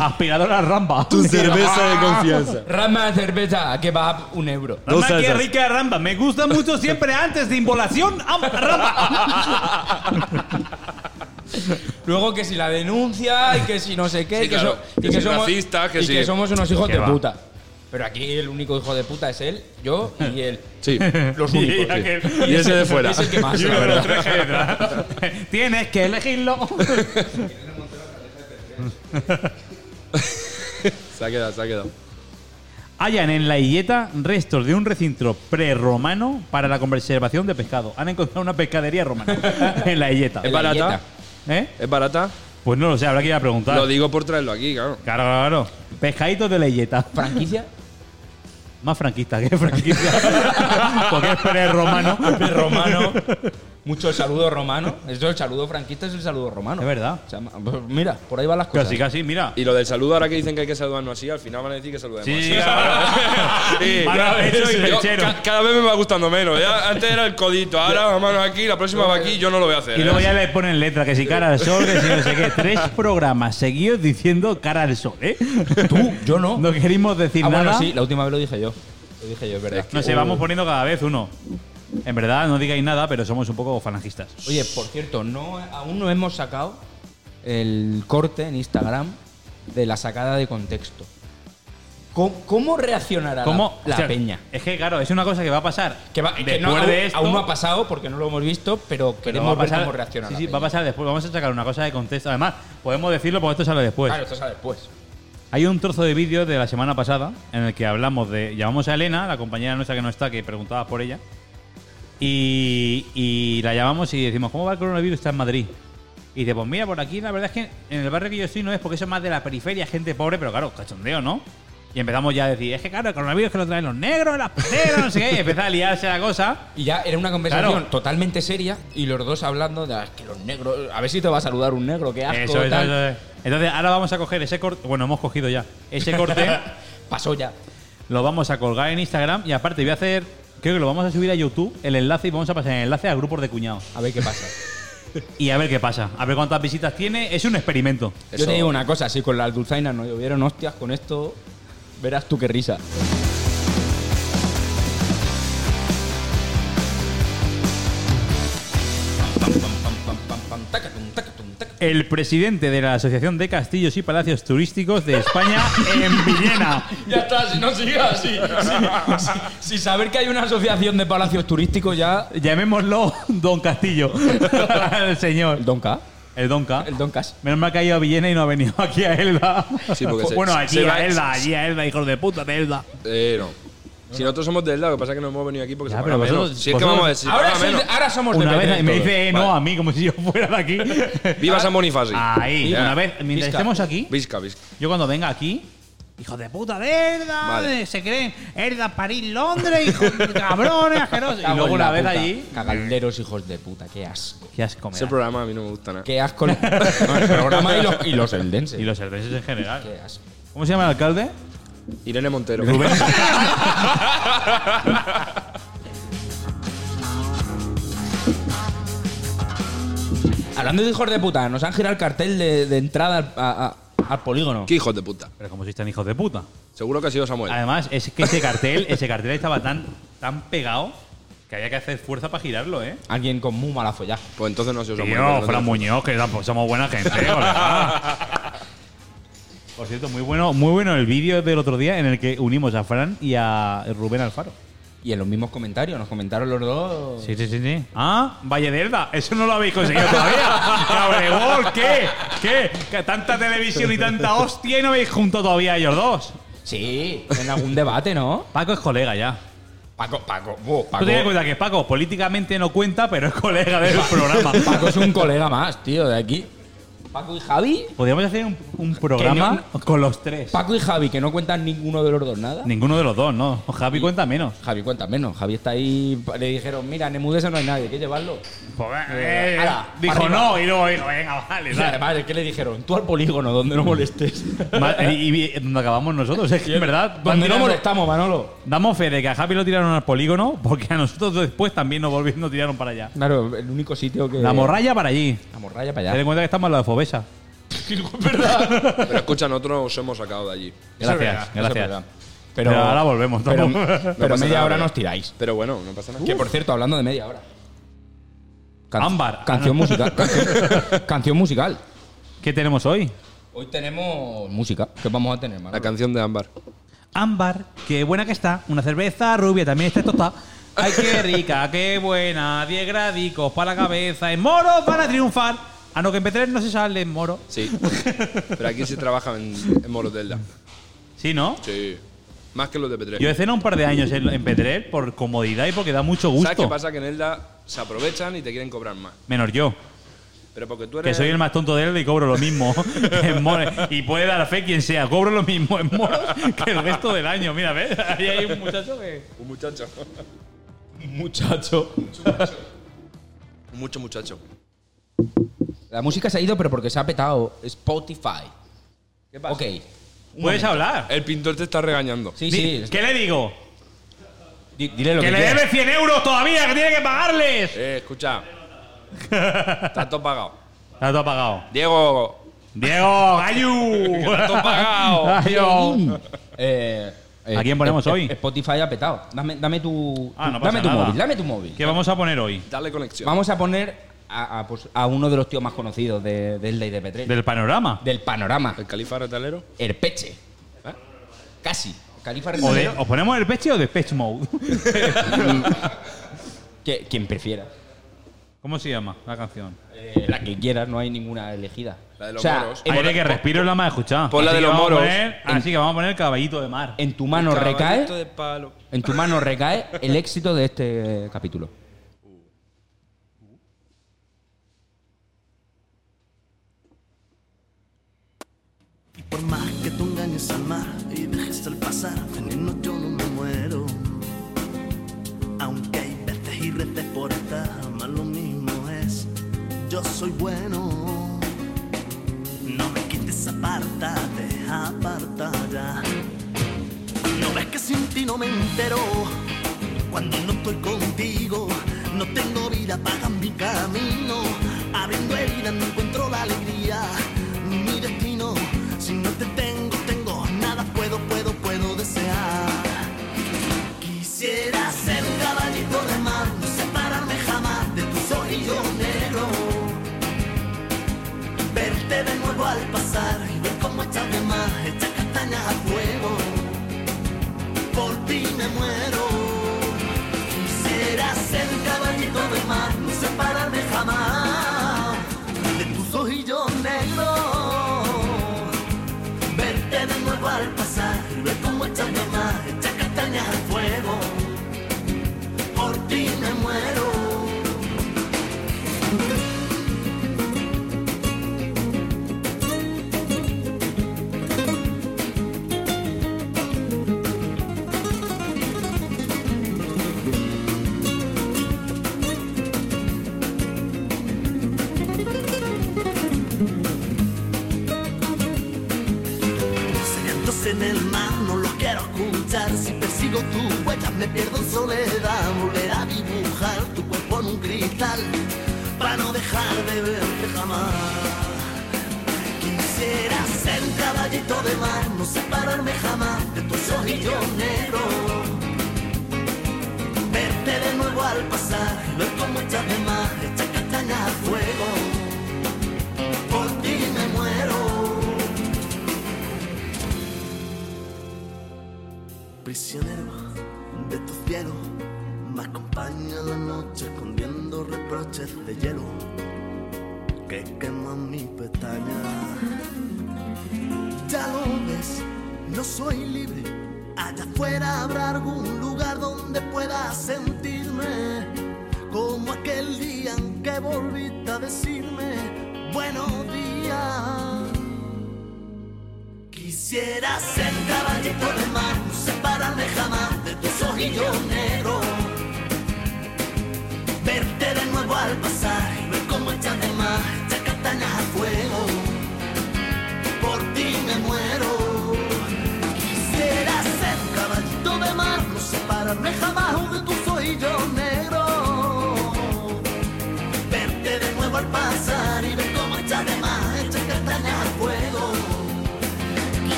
[SPEAKER 2] Aspiradora rampa.
[SPEAKER 4] cerveza de confianza.
[SPEAKER 1] Rama, cerveza, kebab, un euro.
[SPEAKER 4] Dos
[SPEAKER 2] Rampa, qué
[SPEAKER 4] salsas.
[SPEAKER 2] rica rampa. Me gusta mucho siempre antes de inmolación. Ámbar, Rampa.
[SPEAKER 1] Luego que si la denuncia y que si no sé qué.
[SPEAKER 4] Sí,
[SPEAKER 1] y que,
[SPEAKER 4] claro.
[SPEAKER 1] so-
[SPEAKER 4] Que
[SPEAKER 1] y
[SPEAKER 4] si
[SPEAKER 1] somos,
[SPEAKER 4] racista, que
[SPEAKER 1] y
[SPEAKER 4] si-
[SPEAKER 1] que somos unos hijos
[SPEAKER 2] Que
[SPEAKER 1] de
[SPEAKER 2] va.
[SPEAKER 1] puta. Pero aquí el único hijo de puta es él, yo y él.
[SPEAKER 2] ah.
[SPEAKER 4] Sí.
[SPEAKER 1] Los
[SPEAKER 2] Y
[SPEAKER 1] únicos.
[SPEAKER 2] ella
[SPEAKER 1] sí.
[SPEAKER 2] que-
[SPEAKER 4] Y ese de fuera.
[SPEAKER 1] Es el que más,
[SPEAKER 2] Y
[SPEAKER 1] la
[SPEAKER 2] uno de los
[SPEAKER 1] verdad.
[SPEAKER 2] tres que hay detrás. Tienes que elegirlo.
[SPEAKER 4] Se ha quedado, se ha quedado.
[SPEAKER 2] Hallan en la illeta restos de un recinto prerromano para la conservación de pescado. Han encontrado una pescadería romana en la illeta.
[SPEAKER 4] ¿Es barata?
[SPEAKER 1] galleta.
[SPEAKER 2] ¿Eh?
[SPEAKER 4] ¿Es barata?
[SPEAKER 2] Pues no lo sé, habrá que ir a preguntar.
[SPEAKER 4] Lo digo por traerlo aquí, claro.
[SPEAKER 2] Claro, claro, claro. Pescaditos de la illeta.
[SPEAKER 1] ¿Franquicia?
[SPEAKER 2] Más franquista que franquicia. Porque es prerromano.
[SPEAKER 1] Romano. Mucho el saludo romano. Eso, el saludo franquista es el saludo romano.
[SPEAKER 2] Es verdad.
[SPEAKER 1] O sea, ma- pues mira, por ahí van las cosas.
[SPEAKER 2] Casi, casi, mira.
[SPEAKER 4] Y lo del saludo, ahora que dicen que hay que saludarnos así, al final van a decir que saludemos así.
[SPEAKER 2] claro.
[SPEAKER 4] Sí,
[SPEAKER 2] Mano
[SPEAKER 4] claro.
[SPEAKER 2] derecho y
[SPEAKER 4] Yo
[SPEAKER 2] derechero.
[SPEAKER 4] ca- cada vez me va gustando menos. Ya, antes era el codito, ahora la mano aquí, la próxima va aquí, yo no lo voy a hacer.
[SPEAKER 2] Y luego
[SPEAKER 4] ¿eh?
[SPEAKER 2] ya le ponen letra, que si cara al sol, que si no sé qué. Tres programas seguidos diciendo cara al sol, ¿eh?
[SPEAKER 1] Tú, yo no.
[SPEAKER 2] No queremos decir
[SPEAKER 1] ah,
[SPEAKER 2] nada.
[SPEAKER 1] bueno, sí, la última vez lo dije yo. Lo dije yo, es verdad.
[SPEAKER 2] No sé, vamos poniendo cada vez uno. En verdad, no digáis nada, pero somos un poco falangistas.
[SPEAKER 1] Oye, por cierto, no, aún no hemos sacado el corte en Instagram de la sacada de contexto. ¿Cómo, cómo reaccionará la-
[SPEAKER 2] ¿Cómo?
[SPEAKER 1] la,
[SPEAKER 2] Hostia,
[SPEAKER 1] peña?
[SPEAKER 2] Es que, claro, es una cosa que va a pasar.
[SPEAKER 1] Que, va- que
[SPEAKER 2] después
[SPEAKER 1] no, aún,
[SPEAKER 2] de esto.
[SPEAKER 1] aún no ha pasado porque no lo hemos visto, pero
[SPEAKER 2] pero
[SPEAKER 1] queremos
[SPEAKER 2] va a
[SPEAKER 1] ver
[SPEAKER 2] pasar-
[SPEAKER 1] cómo reacciona.
[SPEAKER 2] Sí,
[SPEAKER 1] la
[SPEAKER 2] sí,
[SPEAKER 1] peña.
[SPEAKER 2] va a pasar después. Vamos a sacar una cosa de contexto. Además, podemos decirlo porque esto sale después.
[SPEAKER 1] Claro, esto sale después.
[SPEAKER 2] Hay un trozo de vídeo de la semana pasada en el que hablamos de. Llamamos a Elena, la compañera nuestra que no está, que preguntaba por ella. Y, y la llamamos y decimos, ¿cómo va el coronavirus? Está en Madrid. Y dice, pues mira, por aquí la verdad es que en el barrio que yo estoy no es porque eso es más de la periferia, gente pobre, pero claro, cachondeo, ¿no? Y empezamos ya a decir, es que claro, el coronavirus que lo traen los negros, las pateras, no sé qué, y empezó a liarse la cosa.
[SPEAKER 1] Y ya era una conversación
[SPEAKER 2] Claro.
[SPEAKER 1] totalmente seria y los dos hablando de "Ah, es que los negros. A ver si te va a saludar un negro, qué asco.
[SPEAKER 2] Eso, eso,
[SPEAKER 1] tal".
[SPEAKER 2] eso, eso. Entonces, ahora vamos a coger ese corte, bueno, hemos cogido ya, ese corte.
[SPEAKER 1] Pasó ya.
[SPEAKER 2] lo vamos a colgar en Instagram y aparte voy a hacer, creo que lo vamos a subir a YouTube, el enlace y vamos a pasar el enlace a grupos de cuñados.
[SPEAKER 1] A ver qué pasa.
[SPEAKER 2] Y a ver qué pasa, a ver cuántas visitas tiene, es un experimento.
[SPEAKER 4] Eso-
[SPEAKER 1] Yo te digo una cosa, si con las dulzainas no llovieron hostias, con esto verás tú qué risa.
[SPEAKER 2] El presidente de la Asociación de Castillos y Palacios Turísticos de España en Villena.
[SPEAKER 1] Ya está, si no sigas así. Si, saber que hay una asociación de palacios turísticos ya.
[SPEAKER 2] Llamémoslo Don Castillo, el señor,
[SPEAKER 1] El Donca.
[SPEAKER 2] el Donca.
[SPEAKER 1] El Doncas.
[SPEAKER 2] Menos mal que ha ido a Villena y no ha venido aquí a Elda.
[SPEAKER 4] Sí, porque se-
[SPEAKER 2] bueno,
[SPEAKER 4] se-
[SPEAKER 2] allí
[SPEAKER 4] se
[SPEAKER 2] a
[SPEAKER 4] va-
[SPEAKER 2] Elda, allí a Elda, hijos de puta de Elda.
[SPEAKER 4] Eh, no. Si nosotros somos de Elda, lo que pasa es que no hemos venido aquí porque
[SPEAKER 2] Ya,
[SPEAKER 4] se
[SPEAKER 2] pero
[SPEAKER 4] paga menos.
[SPEAKER 2] vosotros-
[SPEAKER 4] Si es que
[SPEAKER 2] vosotros-
[SPEAKER 4] vamos a decir,
[SPEAKER 1] ahora,
[SPEAKER 4] paga
[SPEAKER 1] soy de-
[SPEAKER 4] menos.
[SPEAKER 1] ahora somos de
[SPEAKER 2] Una
[SPEAKER 1] Petrer
[SPEAKER 2] vez me
[SPEAKER 1] todos.
[SPEAKER 2] dice eh, no a mí, como si yo fuera de aquí.
[SPEAKER 4] Viva San Bonifacio.
[SPEAKER 2] Ahí,
[SPEAKER 1] Mira.
[SPEAKER 2] una vez, mientras
[SPEAKER 1] Visca.
[SPEAKER 2] estemos aquí,
[SPEAKER 4] Visca, visca.
[SPEAKER 2] Yo cuando venga aquí, hijos de puta de Herda,
[SPEAKER 4] Vale.
[SPEAKER 2] se creen Herda, París, Londres, hijos de cabrones, asquerosos. Y
[SPEAKER 1] Cago
[SPEAKER 2] luego
[SPEAKER 1] en la
[SPEAKER 2] una vez
[SPEAKER 1] puta.
[SPEAKER 2] allí,
[SPEAKER 1] Cagalderos, hijos de puta, qué asco.
[SPEAKER 2] ¿qué asco me
[SPEAKER 4] Ese
[SPEAKER 2] da.
[SPEAKER 4] programa a mí no me gusta nada.
[SPEAKER 1] Qué asco el, no, el programa y los, y los
[SPEAKER 2] Y
[SPEAKER 1] eldenses.
[SPEAKER 2] los herdenses en general.
[SPEAKER 1] Qué asco.
[SPEAKER 2] ¿Cómo se llama el alcalde?
[SPEAKER 4] Irene Montero.
[SPEAKER 1] Hablando de hijos de puta, nos han girado el cartel de, de entrada al, a- a- al polígono.
[SPEAKER 4] Qué hijos de puta.
[SPEAKER 2] Pero como si están hijos de puta.
[SPEAKER 4] Seguro que ha sido Samuel.
[SPEAKER 2] Además, es que ese cartel, ese cartel estaba tan, tan pegado que había que hacer fuerza para girarlo, ¿eh?
[SPEAKER 1] Alguien con muy mala follaje.
[SPEAKER 4] Pues entonces no ha sido Samuel.
[SPEAKER 2] Tío,
[SPEAKER 4] pero no
[SPEAKER 2] Fran
[SPEAKER 4] te-
[SPEAKER 2] Muñoz, que tampoco somos buena gente, colega. Por cierto, muy bueno, muy bueno el vídeo del otro día en el que unimos a Fran y a Rubén Alfaro.
[SPEAKER 1] Y en los mismos comentarios, nos comentaron los dos.
[SPEAKER 2] Sí, sí, sí, sí. Ah, Valle de Elda. Eso no lo habéis conseguido todavía. Cabrebol, ¿qué? ¿Qué? Que tanta televisión y tanta hostia y no habéis junto todavía a ellos dos.
[SPEAKER 1] Sí, en algún debate, ¿no?
[SPEAKER 2] Paco es colega ya.
[SPEAKER 1] Paco, Paco, buh,
[SPEAKER 2] Tú
[SPEAKER 1] Paco.
[SPEAKER 2] te das cuenta que Paco políticamente no cuenta, pero es colega del programa.
[SPEAKER 1] Paco es un colega más, tío, de aquí. Paco y Javi.
[SPEAKER 2] Podríamos hacer un, un programa con los tres.
[SPEAKER 1] Paco y Javi, que no cuentan ninguno de los dos nada.
[SPEAKER 2] Ninguno de los dos, ¿no? Javi cuenta menos.
[SPEAKER 1] Javi cuenta menos. Javi está ahí. Le dijeron, mira, en Emudesa no hay nadie, hay que llevarlo.
[SPEAKER 2] Eh,
[SPEAKER 1] Ala,
[SPEAKER 2] dijo
[SPEAKER 1] arriba.
[SPEAKER 2] no y luego dijo, venga, vale.
[SPEAKER 1] Y además, ¿qué le dijeron? Tú al polígono, donde no molestes.
[SPEAKER 2] Ma- y, y- y donde acabamos nosotros, es que en verdad.
[SPEAKER 1] Donde no
[SPEAKER 2] damos-
[SPEAKER 1] molestamos, Manolo.
[SPEAKER 2] Damos fe de que a Javi lo tiraron al polígono, porque a nosotros después también nos volvieron, nos tiraron para allá.
[SPEAKER 1] Claro, el único sitio que.
[SPEAKER 2] La morralla para allí.
[SPEAKER 1] La morralla para
[SPEAKER 2] Ten
[SPEAKER 1] allá.
[SPEAKER 2] en cuenta que estamos al lado de Fobesa.
[SPEAKER 4] Pero escucha, nosotros os hemos sacado de allí.
[SPEAKER 1] Eso es
[SPEAKER 2] Gracias,
[SPEAKER 1] verdad, eso es
[SPEAKER 2] gracias.
[SPEAKER 1] verdad.
[SPEAKER 2] Pero, ahora volvemos. ¿no?
[SPEAKER 1] Pero, pero media
[SPEAKER 4] pasa nada,
[SPEAKER 1] hora
[SPEAKER 4] pero-
[SPEAKER 1] nos tiráis.
[SPEAKER 4] Pero bueno, no pasa nada.
[SPEAKER 2] Uh.
[SPEAKER 1] Que por cierto, hablando de media hora. Can-
[SPEAKER 2] Ámbar.
[SPEAKER 1] Canción musical. canción, canción musical.
[SPEAKER 2] ¿Qué tenemos hoy?
[SPEAKER 1] Hoy tenemos música. ¿Qué vamos a tener, Manolo?
[SPEAKER 4] La canción de Ámbar.
[SPEAKER 2] Ámbar, qué buena que está. Una cerveza rubia, también está tostada. Ay, qué rica, qué buena. 10 gradicos para la cabeza. En moros van a triunfar. A no que en Petrer no se sale en moro.
[SPEAKER 4] Sí. Pero aquí se trabaja en, en Morotelda.
[SPEAKER 2] ¿Sí, no?
[SPEAKER 4] Sí. Más que los de Petre.
[SPEAKER 2] Yo he cenado un par de años en, en Petrer por comodidad y porque da mucho gusto.
[SPEAKER 4] ¿Sabes qué pasa? Que en Elda se aprovechan y te quieren cobrar más.
[SPEAKER 2] Menos yo.
[SPEAKER 4] Pero porque tú
[SPEAKER 2] Que
[SPEAKER 4] eres.
[SPEAKER 2] soy el más tonto de él y cobro lo mismo. en moros. y puede dar fe quien sea, cobro lo mismo en moros que el resto del año. Mira, ¿ves? Ahí hay un muchacho que.
[SPEAKER 4] Un muchacho.
[SPEAKER 1] Muchacho.
[SPEAKER 4] Mucho muchacho.
[SPEAKER 1] La música se ha ido, pero porque se ha petado. Spotify. ¿Qué pasa? Ok.
[SPEAKER 2] Puedes hablar.
[SPEAKER 4] El pintor te está regañando.
[SPEAKER 1] Sí,
[SPEAKER 2] Di-
[SPEAKER 1] sí.
[SPEAKER 2] ¿Qué le digo?
[SPEAKER 1] Di- Dile lo
[SPEAKER 2] Que
[SPEAKER 1] que
[SPEAKER 2] le
[SPEAKER 1] quieras.
[SPEAKER 2] debe 100 euros todavía, que tiene que pagarles.
[SPEAKER 4] Eh, escucha. Está todo pagado.
[SPEAKER 2] Está todo pagado.
[SPEAKER 4] Diego.
[SPEAKER 2] Diego, Gayu.
[SPEAKER 4] Todo pagado.
[SPEAKER 2] Gayu.
[SPEAKER 1] Eh, eh,
[SPEAKER 2] ¿A quién ponemos
[SPEAKER 1] eh,
[SPEAKER 2] hoy?
[SPEAKER 1] eh, Spotify ha petado. Dame, dame tu,
[SPEAKER 2] Ah, no
[SPEAKER 1] tu-
[SPEAKER 2] pasa
[SPEAKER 1] dame tu
[SPEAKER 2] nada.
[SPEAKER 1] móvil, dame tu móvil.
[SPEAKER 2] ¿Qué vamos a poner hoy?
[SPEAKER 4] Dale conexión.
[SPEAKER 1] Vamos a poner a, a, pues, a uno de los tíos más conocidos de, del Ley de Petrel.
[SPEAKER 2] Del panorama.
[SPEAKER 1] del panorama.
[SPEAKER 4] El califa retalero.
[SPEAKER 1] El Peche.
[SPEAKER 4] ¿Eh?
[SPEAKER 1] Casi. Califa
[SPEAKER 2] O, de-
[SPEAKER 1] Retalero.
[SPEAKER 2] ¿os ponemos el peche o Depeche Mode?
[SPEAKER 1] Que- Quien prefiera.
[SPEAKER 2] ¿Cómo se llama la canción?
[SPEAKER 1] Eh, la que quieras, no hay ninguna elegida.
[SPEAKER 4] La de los
[SPEAKER 1] o sea,
[SPEAKER 4] moros.
[SPEAKER 1] En,
[SPEAKER 2] Aire que respiro es la más escuchada.
[SPEAKER 4] pon la
[SPEAKER 2] Así
[SPEAKER 4] de
[SPEAKER 2] que
[SPEAKER 4] los
[SPEAKER 2] vamos a
[SPEAKER 4] moros.
[SPEAKER 2] poner- Así que vamos a poner el caballito de mar.
[SPEAKER 1] en tu mano recae.
[SPEAKER 4] Caballito de palo.
[SPEAKER 1] En tu mano recae el éxito de este capítulo.
[SPEAKER 7] Y por más que tú engañes al mar y dejes el pasar, veneno yo no me muero. Aunque hay veces y reces por estar, más lo mismo es, yo soy bueno. No me quites, apártate, aparta ya. No ves que sin ti no me entero. Cuando no estoy contigo, no tengo vida, pagan mi camino. Abriendo heridas no encuentro la alegría, ni mi destino. Si no te tengo, tengo nada, puedo, puedo, puedo desear. Quisiera ser un caballito de mar, no separarme jamás de tus orillos negros. Verte de nuevo al pasar y ver cómo echas de más, echas castañas a fuego por ti me muero. Quisiera ser un caballito de mar, no separarme jamás de tus ojillos negros. Verte de nuevo al pasar y ver cómo echas de mar, echas castañas al fuego. Por ti me muero. Secretos en el mar, no los quiero escuchar. Si persigo tus huellas, me pierdo en soledad. Volver a dibujar tu cuerpo en un cristal, para no dejar de verte jamás. Quisiera ser un caballito de mar, no separarme jamás de tus ojillos negros. Verte de nuevo al pasar, y ver cómo echas de más, echas castañas a fuego. Por ti me muero. prisionero de tu cielo. Me acompaña la noche escondiendo reproches de hielo que queman mi pestaña. Ya lo ves, no soy libre. Allá afuera habrá algún lugar donde pueda sentirme como aquel día en que volviste a decirme buenos días. Quisiera ser caballito de mar, no separarme jamás de tus ojillos negros. Verte de nuevo al pasar y ver cómo echas de más, echas castañas a fuego por ti me muero. Quisiera ser un caballito de mar, no separarme jamás de tus ojillos negros. Verte de nuevo al pasar y ver cómo echas de más, echas castañas al fuego.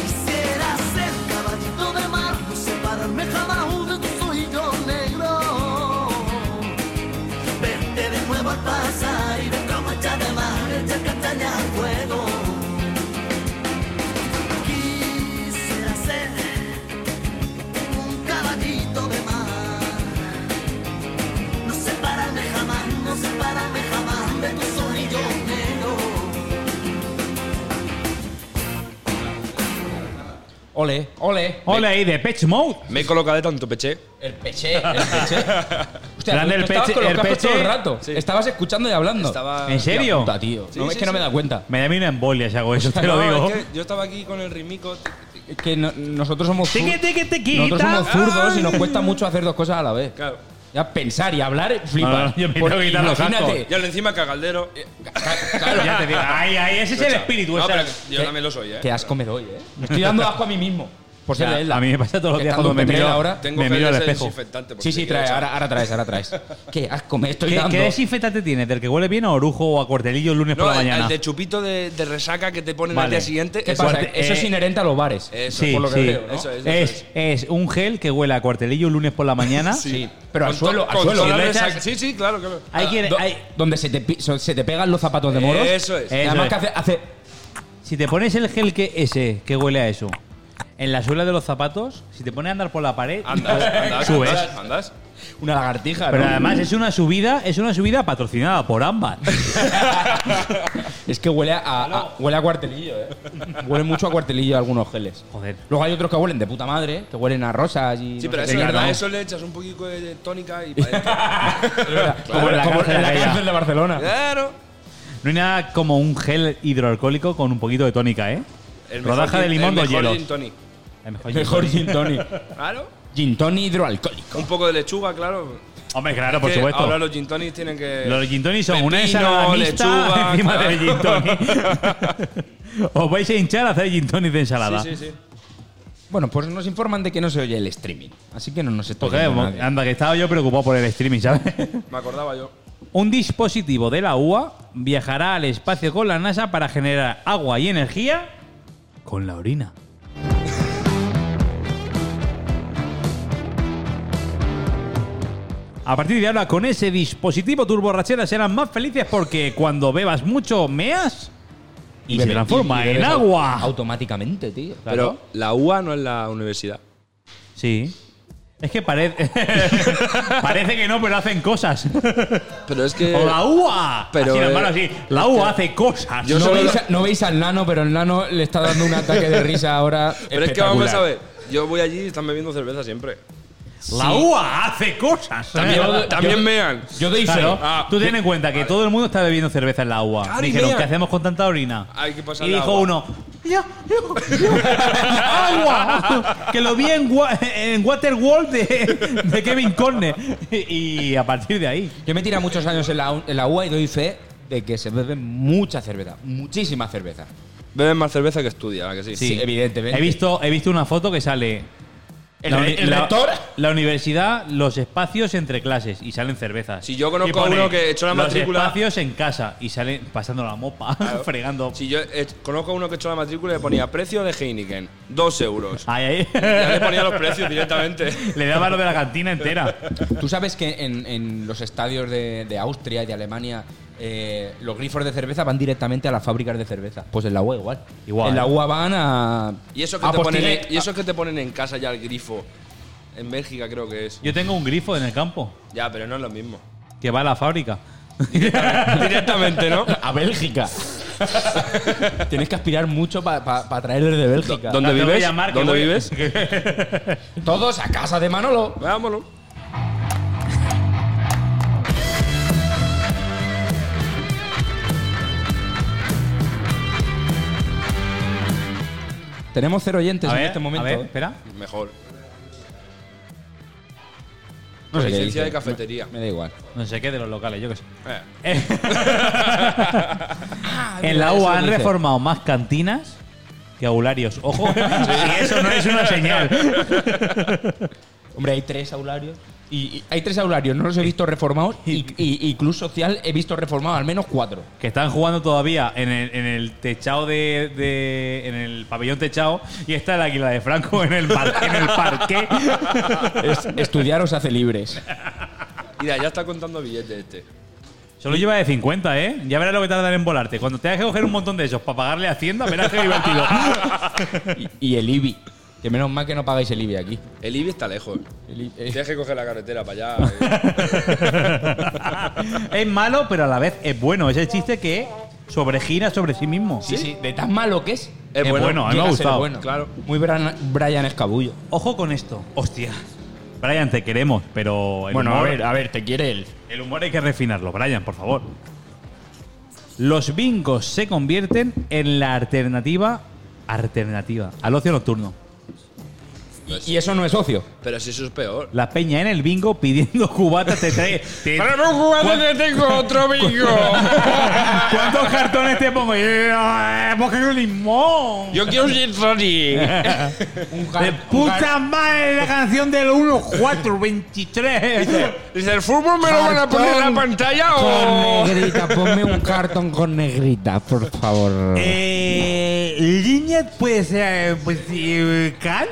[SPEAKER 7] Quisiera ser un caballito de mar, no separarme jamás de tus ojillos negros. Verte de nuevo al pasar y ver cómo echas de más, echas castañas al fuego. Quisiera ser un caballito de mar, no separarme jamás, no separarme jamás de tus ojillos negros.
[SPEAKER 1] Ole, ole.
[SPEAKER 2] Hola ahí, de Patch Mode.
[SPEAKER 4] Me he colocado de tanto peché.
[SPEAKER 1] El peche, el peche. Hostia,
[SPEAKER 2] Grande
[SPEAKER 1] tú
[SPEAKER 2] el
[SPEAKER 1] estabas
[SPEAKER 2] peche,
[SPEAKER 1] con los
[SPEAKER 2] el
[SPEAKER 1] cascos
[SPEAKER 2] peche.
[SPEAKER 1] todo el rato.
[SPEAKER 4] Sí.
[SPEAKER 1] Estabas escuchando y hablando.
[SPEAKER 4] Estaba-
[SPEAKER 2] ¿En serio?
[SPEAKER 1] Puta, tío.
[SPEAKER 4] Sí,
[SPEAKER 1] no, es
[SPEAKER 4] sí,
[SPEAKER 1] que no
[SPEAKER 4] sí.
[SPEAKER 1] me da cuenta.
[SPEAKER 2] Me da a mí una embolia si hago eso, te lo
[SPEAKER 4] No,
[SPEAKER 2] digo.
[SPEAKER 4] es que yo estaba aquí con el ritmico. tic, tic,
[SPEAKER 1] Es que no- nosotros somos zur-
[SPEAKER 2] Tiqui, tiqui, tiquita. Ah.
[SPEAKER 1] nosotros somos zurdos y nos
[SPEAKER 4] Ay.
[SPEAKER 1] cuesta mucho hacer dos cosas a la vez.
[SPEAKER 4] Claro.
[SPEAKER 1] Ya pensar y hablar, flipa.
[SPEAKER 2] No, no, yo me tengo
[SPEAKER 1] Porque
[SPEAKER 2] que quitar los
[SPEAKER 1] imagínate,
[SPEAKER 4] Eh. Y ahora encima cagaldero.
[SPEAKER 2] Ya te digo, ahí, ahí, ese es el
[SPEAKER 4] Lucha.
[SPEAKER 2] espíritu.
[SPEAKER 4] No,
[SPEAKER 2] o sea,
[SPEAKER 4] pero que yo también lo soy, ¿eh?
[SPEAKER 1] Qué asco me doy, eh. Me estoy dando asco a mí mismo. Por ser
[SPEAKER 2] Ya,
[SPEAKER 1] de Elda.
[SPEAKER 2] a mí me pasa todos los
[SPEAKER 1] Que
[SPEAKER 2] días
[SPEAKER 1] estando
[SPEAKER 2] cuando me
[SPEAKER 1] en Petrel
[SPEAKER 2] miro-
[SPEAKER 1] ahora.
[SPEAKER 4] Tengo
[SPEAKER 2] Me
[SPEAKER 4] que
[SPEAKER 2] miro al
[SPEAKER 4] ese
[SPEAKER 2] espejo.
[SPEAKER 4] desinfectante. por
[SPEAKER 1] Sí,
[SPEAKER 4] si
[SPEAKER 1] sí, trae,
[SPEAKER 4] quieres echar.
[SPEAKER 1] ahora, ahora traes, ahora traes. Qué asco me estoy
[SPEAKER 2] ¿Qué,
[SPEAKER 1] dando.
[SPEAKER 2] ¿Qué desinfectante tienes? ¿Del que huele bien a orujo o a cuartelillo el lunes
[SPEAKER 4] No,
[SPEAKER 2] por la
[SPEAKER 4] el,
[SPEAKER 2] mañana?
[SPEAKER 4] el de chupito de, de resaca que te ponen
[SPEAKER 2] Vale.
[SPEAKER 4] al día siguiente.
[SPEAKER 1] ¿Qué
[SPEAKER 4] eso-
[SPEAKER 1] pasa?
[SPEAKER 2] Fuerte,
[SPEAKER 1] Eso es
[SPEAKER 2] eh,
[SPEAKER 1] inherente a los bares.
[SPEAKER 4] Eso,
[SPEAKER 2] sí,
[SPEAKER 4] por lo que
[SPEAKER 2] sí.
[SPEAKER 4] veo, ¿no? Eso, eso,
[SPEAKER 2] es,
[SPEAKER 4] eso.
[SPEAKER 2] es un gel que huele a cuartelillo el lunes por la mañana.
[SPEAKER 1] Sí, pero al
[SPEAKER 4] Con to-
[SPEAKER 1] suelo, al
[SPEAKER 4] con
[SPEAKER 1] suelo.
[SPEAKER 4] toda la
[SPEAKER 2] Si lo echas-
[SPEAKER 4] resaca- Sí, sí, claro, claro.
[SPEAKER 2] Hay quien,
[SPEAKER 1] Do-
[SPEAKER 2] hay-
[SPEAKER 1] donde se te, pi- so- se te pegan los zapatos de moros.
[SPEAKER 4] Eso es.
[SPEAKER 1] Y además
[SPEAKER 2] Eso
[SPEAKER 1] que hace, hace-
[SPEAKER 2] si te pones el gel que ese que huele a eso en la suela de los zapatos, si te pones a andar por la pared,
[SPEAKER 4] Andas, andas,
[SPEAKER 2] subes.
[SPEAKER 4] andas, andas.
[SPEAKER 1] una lagartija. ¿no?
[SPEAKER 2] Pero además es una subida, es una subida patrocinada por ambas.
[SPEAKER 1] Es que huele a, a- huele a cuartelillo, ¿eh? huele mucho a cuartelillo algunos geles.
[SPEAKER 2] Joder.
[SPEAKER 1] Luego hay otros que huelen de puta madre, que huelen a rosas y.
[SPEAKER 4] Sí,
[SPEAKER 1] no
[SPEAKER 4] pero a
[SPEAKER 1] sé
[SPEAKER 4] eso,
[SPEAKER 1] qué.
[SPEAKER 4] a eso le echas un poquito de tónica y para adentro.
[SPEAKER 1] Como
[SPEAKER 2] Como
[SPEAKER 1] la,
[SPEAKER 2] en la
[SPEAKER 1] como
[SPEAKER 2] cárcel
[SPEAKER 1] en la
[SPEAKER 2] aquella.
[SPEAKER 1] cárcel de Barcelona.
[SPEAKER 4] Claro.
[SPEAKER 2] No hay nada como un gel hidroalcohólico con un poquito de tónica, ¿eh?
[SPEAKER 4] El mejor
[SPEAKER 2] Rodaja
[SPEAKER 4] gin-
[SPEAKER 2] de limón,
[SPEAKER 4] el
[SPEAKER 2] dos
[SPEAKER 4] mejor
[SPEAKER 2] hielos.
[SPEAKER 4] gin tonic.
[SPEAKER 2] El mejor gin
[SPEAKER 1] Mejor
[SPEAKER 2] tonic.
[SPEAKER 1] gin tonic.
[SPEAKER 4] Claro.
[SPEAKER 1] Gin tonic hidroalcohólico.
[SPEAKER 4] Un poco de lechuga, claro.
[SPEAKER 2] Hombre, claro, por
[SPEAKER 4] Que
[SPEAKER 2] supuesto.
[SPEAKER 4] Ahora los gin tonics tienen que.
[SPEAKER 2] Los gin tonic son una
[SPEAKER 4] Pepino,
[SPEAKER 2] ensalada mixta
[SPEAKER 4] lechuga,
[SPEAKER 2] encima
[SPEAKER 4] claro.
[SPEAKER 2] del gin tonic. Os vais a hinchar a hacer gin tonic de ensalada.
[SPEAKER 4] Sí, sí, sí.
[SPEAKER 1] Bueno, pues nos informan de que no se oye el streaming. Así que no nos está
[SPEAKER 2] Porque,
[SPEAKER 1] oyendo
[SPEAKER 2] mo-
[SPEAKER 1] nadie.
[SPEAKER 2] anda, que estaba yo preocupado por el streaming, ¿sabes?
[SPEAKER 4] Me acordaba yo.
[SPEAKER 2] Un dispositivo de la UA viajará al espacio con la NASA para generar agua y energía con la orina. A partir de ahora, con ese dispositivo, tus borracheras serán más felices porque cuando bebas mucho, meas y, se
[SPEAKER 1] bebe-
[SPEAKER 2] transforma
[SPEAKER 1] y bebes
[SPEAKER 2] en
[SPEAKER 1] au-
[SPEAKER 2] agua.
[SPEAKER 1] Automáticamente, tío.
[SPEAKER 4] Pero la UA no es la universidad.
[SPEAKER 2] Sí. Es que parece. parece que no, pero hacen cosas.
[SPEAKER 4] Pero es que.
[SPEAKER 2] o la UA.
[SPEAKER 4] pero,
[SPEAKER 2] así, las
[SPEAKER 4] eh,
[SPEAKER 2] manos así. La UA hace cosas.
[SPEAKER 4] Yo
[SPEAKER 1] no,
[SPEAKER 4] solo-
[SPEAKER 1] veis, a- no veis al nano, pero el nano le está dando un ataque de risa ahora.
[SPEAKER 4] Pero es que vamos a
[SPEAKER 1] espectacular.
[SPEAKER 4] ver. Yo voy allí y están bebiendo cerveza siempre.
[SPEAKER 2] Eh, La UA hace cosas.
[SPEAKER 1] Yo-
[SPEAKER 4] También
[SPEAKER 1] yo-
[SPEAKER 4] mean.
[SPEAKER 1] Yo doy fe.
[SPEAKER 2] Claro,
[SPEAKER 4] ¿eh? Ah,
[SPEAKER 2] tú ten en cuenta que todo el mundo está bebiendo cerveza en la agua.
[SPEAKER 4] Claro, y
[SPEAKER 2] Dijeron,
[SPEAKER 4] mea.
[SPEAKER 2] ¿qué hacemos con tanta orina?
[SPEAKER 4] Hay que pasar
[SPEAKER 2] y
[SPEAKER 4] la
[SPEAKER 2] dijo
[SPEAKER 4] agua.
[SPEAKER 2] uno, "Ya, ya, ya, ¡Agua! Que lo vi en, Wa- en Waterworld de, de Kevin Corner. Y a partir de ahí.
[SPEAKER 1] Yo me he tirado muchos años en la, en la UA y doy fe de que se bebe mucha cerveza, muchísima cerveza.
[SPEAKER 4] Beben más cerveza que estudia, ¿a que sí?
[SPEAKER 1] Sí, evidentemente.
[SPEAKER 2] He visto, he visto una foto que sale. la uni-
[SPEAKER 1] el
[SPEAKER 2] la-
[SPEAKER 1] rector?
[SPEAKER 2] La universidad, los espacios entre clases y salen cervezas.
[SPEAKER 4] Si yo conozco
[SPEAKER 2] Y
[SPEAKER 4] a
[SPEAKER 2] pone,
[SPEAKER 4] uno que echó la matrícula-
[SPEAKER 2] Los espacios en casa y salen pasando la mopa, fregando.
[SPEAKER 4] Si yo eh, conozco a uno que echó la matrícula y le ponía precio de Heineken, dos euros.
[SPEAKER 2] Ay, ay.
[SPEAKER 4] Ya le ponía los precios directamente.
[SPEAKER 2] Le daba lo de la cantina entera.
[SPEAKER 1] Tú sabes que en, en los estadios de, de Austria y de Alemania eh, los grifos de cerveza van directamente a las fábricas de cerveza. Pues en la UA igual.
[SPEAKER 2] Igual.
[SPEAKER 1] En la UA van a.
[SPEAKER 4] Y eso que,
[SPEAKER 1] a
[SPEAKER 4] te ponen,
[SPEAKER 1] postile-
[SPEAKER 4] en- y eso que te ponen en casa ya el grifo. En Bélgica creo que es.
[SPEAKER 2] Yo tengo un grifo en el campo
[SPEAKER 4] Ya, pero no es lo mismo.
[SPEAKER 2] que va a la fábrica.
[SPEAKER 4] Directamente, ¿no?
[SPEAKER 1] A Bélgica. Tienes que aspirar mucho para traer desde Bélgica.
[SPEAKER 4] ¿Dónde
[SPEAKER 2] La tengo que
[SPEAKER 4] vives?
[SPEAKER 2] llamar, que
[SPEAKER 4] ¿Dónde
[SPEAKER 2] voy-
[SPEAKER 4] vives?
[SPEAKER 1] Todos a casa de Manolo.
[SPEAKER 4] Vámonos.
[SPEAKER 1] Tenemos cero oyentes
[SPEAKER 2] A
[SPEAKER 1] en
[SPEAKER 2] ver,
[SPEAKER 1] este momento.
[SPEAKER 2] a ver, espera.
[SPEAKER 4] Mejor.
[SPEAKER 1] No sé qué
[SPEAKER 4] Presencia de
[SPEAKER 1] dice.
[SPEAKER 4] cafetería.
[SPEAKER 1] Me da igual.
[SPEAKER 2] No sé qué de los locales, yo qué sé.
[SPEAKER 4] Eh,
[SPEAKER 2] en la
[SPEAKER 1] Ah, eso
[SPEAKER 2] UA han
[SPEAKER 1] dice.
[SPEAKER 2] reformado más cantinas que aularios. Ojo, y eso no es una señal.
[SPEAKER 1] Hombre, hay tres aularios. Y, y hay tres aularios, no los he visto reformados. Y, y, y Club Social he visto reformados al menos cuatro.
[SPEAKER 2] Que están jugando todavía en el, en el techado de, de- En el pabellón techado. Y está el águila de Franco en el, par- en el parqué.
[SPEAKER 1] Es- estudiar os hace libres.
[SPEAKER 4] Mira, ya está contando billetes este.
[SPEAKER 2] Solo lleva de 50, ¿eh? Ya verás lo que tardan en volarte. Cuando tengas que coger un montón de esos para pagarle a Hacienda, verás qué divertido.
[SPEAKER 1] Y, y el IBI. Que menos mal que no pagáis el IBI aquí.
[SPEAKER 4] El IBI está lejos.
[SPEAKER 1] El IBI, eh.
[SPEAKER 4] Tienes que coger la carretera para allá.
[SPEAKER 2] es malo, pero a la vez es bueno. Es el chiste que sobregira sobre sí mismo.
[SPEAKER 1] Sí, sí, de tan malo que es.
[SPEAKER 4] Es bueno,
[SPEAKER 2] a mí me ha
[SPEAKER 1] llega ser
[SPEAKER 2] gustado.
[SPEAKER 4] Claro.
[SPEAKER 1] Muy Bran- Brian Escabullo.
[SPEAKER 2] Ojo con esto. Hostia. Brian, te queremos, pero el, humor,
[SPEAKER 1] a ver, te quiere él.
[SPEAKER 2] el humor hay que refinarlo. Brian, por favor. Los bingos se convierten en la alternativa alternativa al ocio nocturno.
[SPEAKER 8] Pues
[SPEAKER 1] Y eso no es ocio.
[SPEAKER 4] Pero si eso es peor.
[SPEAKER 2] La peña en el bingo pidiendo cubatas te trae. te- ¿Cuán-
[SPEAKER 4] tengo otro bingo!
[SPEAKER 2] ¿Cuántos cartones te pongo? Porque un limón.
[SPEAKER 4] Yo quiero un gin tonic.
[SPEAKER 2] De puta madre la canción del 1423.
[SPEAKER 4] Dice, ¿el fútbol me lo van a poner en la pantalla
[SPEAKER 1] Oh.
[SPEAKER 4] o...?
[SPEAKER 8] Con negrita, ponme un cartón con negrita, por favor.
[SPEAKER 2] Eh, ¿Línea puede ser pues, eh, can?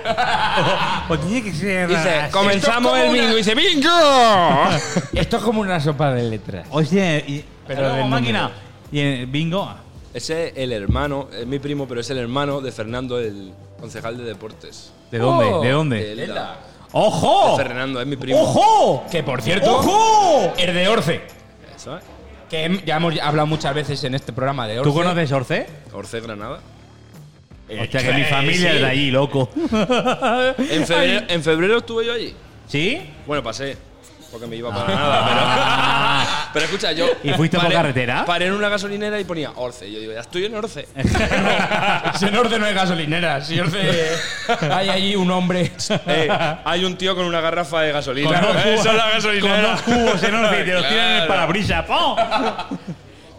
[SPEAKER 2] O, o tiene que ser.
[SPEAKER 4] Dice,
[SPEAKER 2] así.
[SPEAKER 4] comenzamos el bingo. Dice, ¡bingo!
[SPEAKER 8] Esto es como una sopa de letras.
[SPEAKER 2] O sea, y-
[SPEAKER 8] Pero
[SPEAKER 2] Hasta luego,
[SPEAKER 8] del
[SPEAKER 2] máquina. Y el bingo.
[SPEAKER 4] Ese es el hermano, es mi primo, pero es el hermano de Fernando, el concejal de deportes.
[SPEAKER 2] ¿De dónde? ¿De
[SPEAKER 4] De
[SPEAKER 2] dónde?
[SPEAKER 4] Elda.
[SPEAKER 2] ¡Ojo!
[SPEAKER 4] Fernando, es mi primo.
[SPEAKER 2] ¡Ojo!
[SPEAKER 1] Que por cierto,
[SPEAKER 2] ¡Ojo!
[SPEAKER 1] el de Orce.
[SPEAKER 4] ¿Sabes?
[SPEAKER 1] Que hem- ya hemos hablado muchas veces en este programa de Orce.
[SPEAKER 2] ¿Tú conoces Orce?
[SPEAKER 4] Orce Granada.
[SPEAKER 2] Eh, Hostia, que mi familia es de allí, loco.
[SPEAKER 4] En febrero, en febrero estuve yo allí.
[SPEAKER 2] ¿Sí?
[SPEAKER 4] Bueno, pasé, porque me iba para nada. Pero, pero escucha, yo.
[SPEAKER 2] Ah. ¿Y fuiste por carretera?
[SPEAKER 4] Paré en una gasolinera y ponía Orce. Yo digo, ya estoy en Orce.
[SPEAKER 1] Si en Orce no hay gasolineras. Si en Orce hay allí un hombre.
[SPEAKER 4] Eh, hay un tío con una garrafa de gasolina.
[SPEAKER 2] Con dos
[SPEAKER 4] Eh,
[SPEAKER 2] cubos-
[SPEAKER 4] son las
[SPEAKER 2] Con
[SPEAKER 4] gasolineras.
[SPEAKER 2] dos cubos enormes y te los tiran en ¡Oh! el
[SPEAKER 4] Claro.
[SPEAKER 2] parabrisas. ¡pum!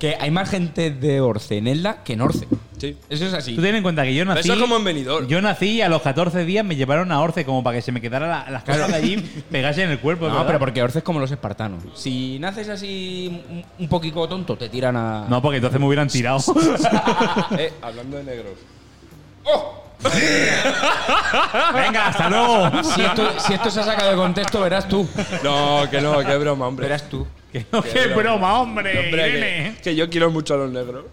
[SPEAKER 1] Que hay más gente de Orce en Elda que en Orce.
[SPEAKER 4] Sí.
[SPEAKER 1] Eso es
[SPEAKER 2] Tú
[SPEAKER 1] así.
[SPEAKER 2] ten en cuenta que yo nací.
[SPEAKER 4] Eso es como en Benidorm.
[SPEAKER 2] Yo nací y a los 14 días me llevaron a Orce como para que se me quedaran las cosas de allí pegase en el cuerpo.
[SPEAKER 1] No,
[SPEAKER 2] ¿verdad?
[SPEAKER 1] pero porque Orce es como los espartanos. Si naces así un- un poquito tonto, te tiran a.
[SPEAKER 2] No, porque entonces me hubieran tirado.
[SPEAKER 4] Eh, hablando de negros.
[SPEAKER 2] Venga, hasta luego.
[SPEAKER 1] Si esto, si esto se ha sacado de contexto, verás tú.
[SPEAKER 4] No, que no, que broma, hombre.
[SPEAKER 1] Verás tú.
[SPEAKER 2] Que no, qué broma, hombre.
[SPEAKER 4] Hombre,
[SPEAKER 2] Irene.
[SPEAKER 4] que, que yo quiero mucho a los negros.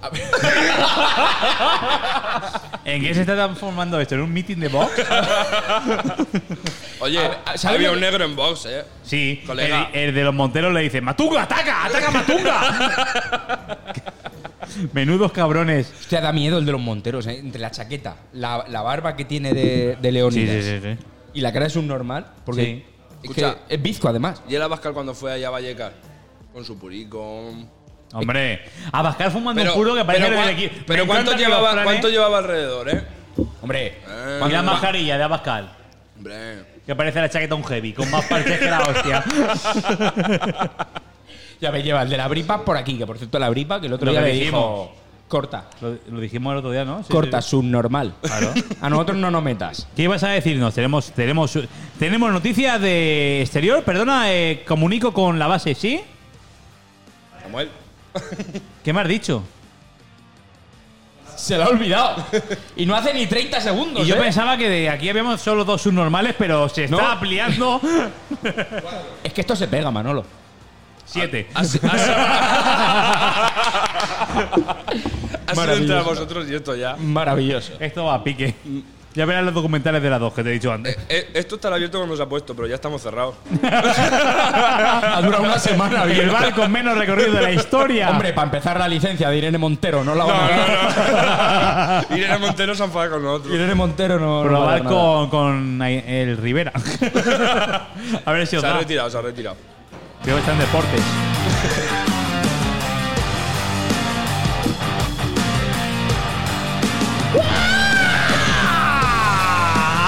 [SPEAKER 2] ¿En qué se está transformando esto? ¿En un meeting de box?
[SPEAKER 4] Oye,
[SPEAKER 2] Ah,
[SPEAKER 1] ¿sabes
[SPEAKER 4] había
[SPEAKER 1] lo
[SPEAKER 4] un negro en box, eh.
[SPEAKER 2] Sí.
[SPEAKER 4] Colega.
[SPEAKER 2] El, el de los Monteros le dice, Matunga, ataca, ataca, Matunga. Menudos cabrones.
[SPEAKER 1] Hostia, da miedo el de los monteros, ¿eh? Entre la chaqueta, la, la barba que tiene de, de Leónidas y la cara de subnormal. Porque
[SPEAKER 2] Sí.
[SPEAKER 1] es, que
[SPEAKER 4] Escucha.
[SPEAKER 1] es bizco, además.
[SPEAKER 4] Y el Abascal cuando fue allá a Vallecas. Con su puricón.
[SPEAKER 2] Hombre, Abascal fumando un puro que parece
[SPEAKER 4] pero,
[SPEAKER 2] que
[SPEAKER 4] cua-
[SPEAKER 2] del equipo. Me
[SPEAKER 4] pero ¿cuánto,
[SPEAKER 2] encantan que
[SPEAKER 4] llevaba,
[SPEAKER 2] los planes-
[SPEAKER 4] ¿cuánto llevaba alrededor, eh?
[SPEAKER 1] Hombre,
[SPEAKER 4] Eh,
[SPEAKER 2] Y la mascarilla de Abascal.
[SPEAKER 4] Hombre.
[SPEAKER 2] Que parece la chaqueta un heavy, con más parches que la hostia.
[SPEAKER 1] ya me lleva el de la bripa por aquí, que por cierto, la bripa que el otro
[SPEAKER 2] Lo
[SPEAKER 1] día
[SPEAKER 2] que
[SPEAKER 1] le dijo.
[SPEAKER 2] dijimos.
[SPEAKER 1] Corta,
[SPEAKER 2] Lo, lo dijimos el otro día, ¿no? Sí,
[SPEAKER 1] corta,
[SPEAKER 2] sí.
[SPEAKER 1] subnormal.
[SPEAKER 2] Claro.
[SPEAKER 1] A nosotros no nos metas.
[SPEAKER 2] ¿Qué ibas a decirnos? Tenemos, tenemos, tenemos noticias de exterior. Perdona, eh, comunico con la base, ¿sí?
[SPEAKER 4] Samuel.
[SPEAKER 2] ¿Qué me has dicho?
[SPEAKER 1] Se lo ha olvidado. Y no hace ni 30 segundos.
[SPEAKER 2] Y yo
[SPEAKER 1] ¿eh?
[SPEAKER 2] pensaba que de aquí habíamos solo dos subnormales, pero se está
[SPEAKER 1] No.
[SPEAKER 2] ampliando.
[SPEAKER 1] Es que esto se pega, Manolo.
[SPEAKER 2] Siete.
[SPEAKER 4] Ha, si- ha si- ha sido entre
[SPEAKER 1] Maravilloso.
[SPEAKER 4] vosotros y esto ya.
[SPEAKER 1] Maravilloso.
[SPEAKER 4] Mm.
[SPEAKER 2] Esto va a pique. Ya verás los documentales de las dos que te he dicho antes.
[SPEAKER 4] Eh, esto estará abierto cuando se ha puesto, pero ya estamos cerrados.
[SPEAKER 1] Ha durado una semana
[SPEAKER 2] El
[SPEAKER 1] abierto.
[SPEAKER 2] bar con menos recorrido de la historia.
[SPEAKER 1] Hombre, para empezar la licencia de Irene Montero, no la van a dar.
[SPEAKER 2] Ah.
[SPEAKER 4] Irene Montero se ha enfadado con nosotros.
[SPEAKER 1] Irene Montero no. no va a
[SPEAKER 2] Probar
[SPEAKER 1] dar nada.
[SPEAKER 2] con, con el Rivera. a ver si os
[SPEAKER 4] Se ha
[SPEAKER 2] da.
[SPEAKER 4] retirado, se ha retirado.
[SPEAKER 2] Creo que está en deportes.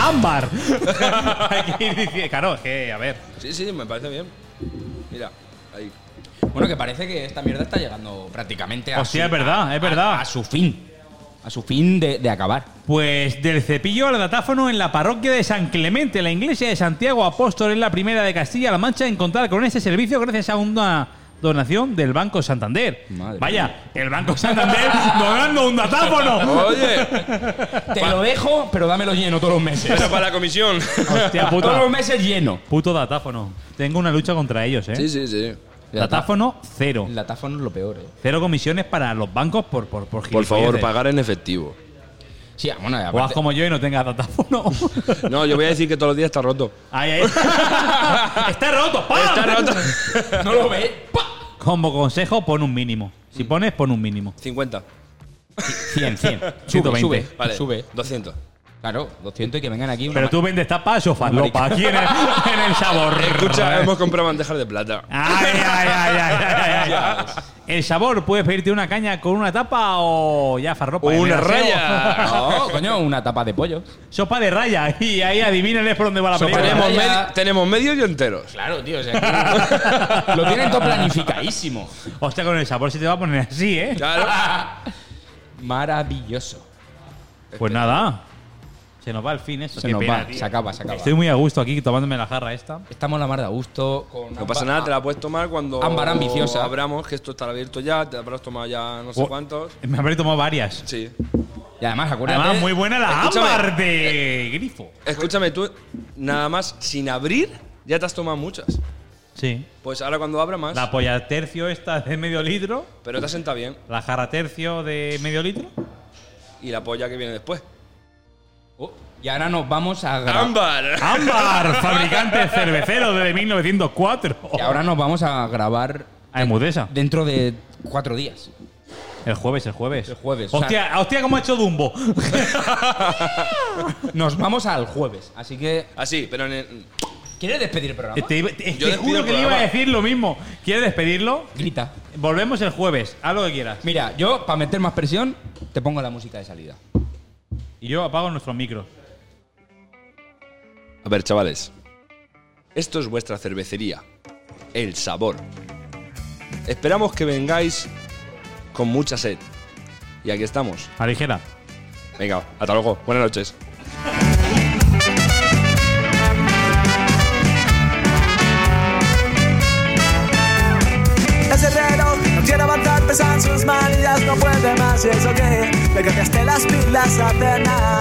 [SPEAKER 2] ¡Ámbar! Hay que ir diciendo- claro, es que, a ver.
[SPEAKER 4] Sí, sí, me parece bien. Mira, ahí.
[SPEAKER 1] Bueno, que parece que esta mierda está llegando prácticamente a.
[SPEAKER 2] Hostia,
[SPEAKER 1] su-
[SPEAKER 2] es verdad, es verdad.
[SPEAKER 1] A, a su fin. A su fin de, de acabar.
[SPEAKER 2] Pues del cepillo al datáfono en la parroquia de San Clemente, la iglesia de Santiago Apóstol es la primera de Castilla-La Mancha en contar con este servicio gracias a una donación del Banco Santander.
[SPEAKER 1] Madre
[SPEAKER 2] Vaya, el Banco Santander donando un datáfono.
[SPEAKER 4] Oye,
[SPEAKER 1] Te lo dejo, pero dámelo lleno todos los meses.
[SPEAKER 4] pero para la comisión.
[SPEAKER 2] Hostia
[SPEAKER 1] todos
[SPEAKER 2] puta.
[SPEAKER 1] los meses lleno.
[SPEAKER 2] Puto datáfono. Tengo una lucha contra ellos, ¿eh?
[SPEAKER 4] Sí, sí, sí.
[SPEAKER 2] Datáfono cero.
[SPEAKER 1] El datáfono es lo peor, eh.
[SPEAKER 2] Cero comisiones para los bancos por por por,
[SPEAKER 4] Por favor,
[SPEAKER 2] gilipolleces.
[SPEAKER 4] pagar en efectivo.
[SPEAKER 1] Sí, ah, bueno, y
[SPEAKER 2] O haz
[SPEAKER 1] aparte,
[SPEAKER 2] como yo y no tengas datáfono.
[SPEAKER 4] No, yo voy a decir que todos los días está roto.
[SPEAKER 2] Ahí, ahí. Está roto, ¡pam!
[SPEAKER 4] Está roto.
[SPEAKER 1] no lo ves. ¡pa!
[SPEAKER 2] Como consejo, pon un mínimo. Si
[SPEAKER 1] Mm.
[SPEAKER 2] pones, pon un mínimo.
[SPEAKER 4] 50.
[SPEAKER 1] 100, 100. Sube,
[SPEAKER 2] 120.
[SPEAKER 1] sube,
[SPEAKER 4] Vale.
[SPEAKER 1] sube.
[SPEAKER 4] 200.
[SPEAKER 1] Claro, 200 y que vengan aquí. una
[SPEAKER 2] Pero tú vendes tapas o falopa aquí en el, en el sabor. ¿eh?
[SPEAKER 4] Escucha, hemos comprado bandejas de plata.
[SPEAKER 2] Ay, ay, ay, ay, ay, ay, ay. El sabor, puedes pedirte una caña con una tapa o ya farropa.
[SPEAKER 4] O
[SPEAKER 2] en el
[SPEAKER 4] una
[SPEAKER 2] aseo.
[SPEAKER 4] raya.
[SPEAKER 1] No, coño, una tapa de pollo.
[SPEAKER 2] Sopa de raya. Y ahí adivínenles por dónde va la
[SPEAKER 1] Sopa
[SPEAKER 2] película.
[SPEAKER 4] Tenemos,
[SPEAKER 1] raya.
[SPEAKER 4] medi- tenemos medios y enteros.
[SPEAKER 1] Claro, tío. o sea, aquí lo tienen todo planificadísimo.
[SPEAKER 2] Hostia, con el sabor se te va a poner así, ¿eh?
[SPEAKER 4] Claro.
[SPEAKER 1] Maravilloso.
[SPEAKER 2] Pues nada. Se nos va el fin eso.
[SPEAKER 1] Se
[SPEAKER 2] qué
[SPEAKER 1] nos
[SPEAKER 2] pena,
[SPEAKER 1] va,
[SPEAKER 2] tío.
[SPEAKER 1] se acaba, se acaba.
[SPEAKER 2] Estoy muy a gusto aquí tomándome la jarra esta.
[SPEAKER 1] Estamos la mar de a gusto. Con
[SPEAKER 4] No pasa nada, te la puedes tomar cuando
[SPEAKER 1] Ámbar ambiciosa.
[SPEAKER 4] abramos, que esto estará abierto ya, te habrás tomado ya no sé
[SPEAKER 2] Oh.
[SPEAKER 4] cuántos.
[SPEAKER 2] Me habré tomado varias.
[SPEAKER 4] Sí.
[SPEAKER 1] Y además, acuérdate.
[SPEAKER 2] Además, muy buena la
[SPEAKER 4] Escúchame.
[SPEAKER 1] Eh,
[SPEAKER 2] ámbar de grifo.
[SPEAKER 4] Escúchame, tú nada más sin abrir ya te has tomado muchas.
[SPEAKER 2] Sí.
[SPEAKER 4] Pues ahora cuando abra más,
[SPEAKER 2] La polla tercio esta de medio litro.
[SPEAKER 4] pero te sienta bien.
[SPEAKER 2] La jarra tercio de medio litro.
[SPEAKER 4] Y la polla que viene después.
[SPEAKER 1] Oh, y ahora nos vamos a gra-
[SPEAKER 4] ¡Ámbar!
[SPEAKER 2] Ámbar, fabricante cervecero desde 1904.
[SPEAKER 1] Y ahora nos vamos a grabar
[SPEAKER 2] A Emudesa.
[SPEAKER 1] dentro de cuatro días.
[SPEAKER 2] El jueves, el jueves.
[SPEAKER 1] El jueves, o sea-
[SPEAKER 2] Hostia, hostia, cómo ha hecho Dumbo.
[SPEAKER 1] Nos vamos al jueves. Así que.
[SPEAKER 4] Así, pero en el-
[SPEAKER 1] ¿Quieres despedir el programa?
[SPEAKER 2] Te, iba- te-
[SPEAKER 4] Yo
[SPEAKER 2] te
[SPEAKER 4] despido
[SPEAKER 2] juro
[SPEAKER 4] el
[SPEAKER 2] que le iba a
[SPEAKER 4] programa.
[SPEAKER 2] decir lo mismo. ¿Quieres despedirlo?
[SPEAKER 1] Grita.
[SPEAKER 2] Volvemos el jueves. Haz lo que quieras.
[SPEAKER 1] Mira, yo, para meter más presión, te pongo la música de salida.
[SPEAKER 2] Y yo apago nuestro micro.
[SPEAKER 4] A ver, chavales. Esto es vuestra cervecería. El sabor. Esperamos que vengáis con mucha sed. Y aquí estamos.
[SPEAKER 2] A ligera.
[SPEAKER 4] Venga, hasta luego. Buenas noches.
[SPEAKER 9] Ese reloj no quiere avanzar, pesan sus manillas, no puede más. Y eso que le cambiaste las pilas a cena.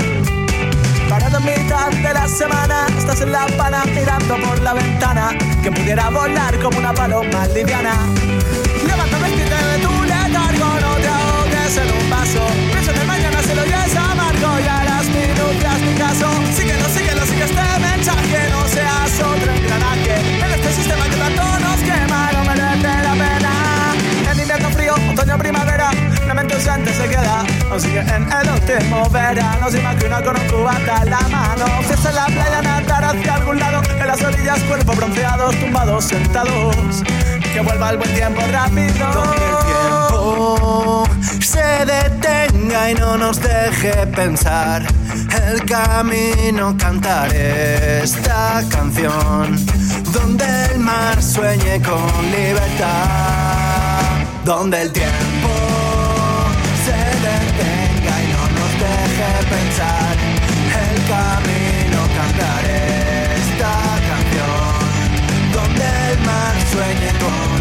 [SPEAKER 9] Parado en mitad de la semana, estás en la pana mirando por la ventana. Que pudiera volar como una paloma liviana. Levántame y quítame de tu letargo, no te ahogues en un vaso. Piensa en el mañana, si lo oyes amargo, ya las minutas mi caso. Síguelo, síguelo, sigue este mensaje, no seas otro engranaje. En este sistema que tanto nos quema, no merece la pena. En invierno frío, otoño, primavera, la mente ausente se queda. Aún sigue en el último verano, se imagina con un cubata en la mano. Fiesta en la playa, nadar hacia algún lado, en las orillas, cuerpo bronceados, tumbados, sentados. Que vuelva el buen tiempo rápido.
[SPEAKER 7] tiempo se detenga y no nos deje pensar el camino cantar esta canción donde el mar sueñe con libertad donde el tiempo se detenga y no nos deje pensar el camino cantar esta canción donde el mar sueñe con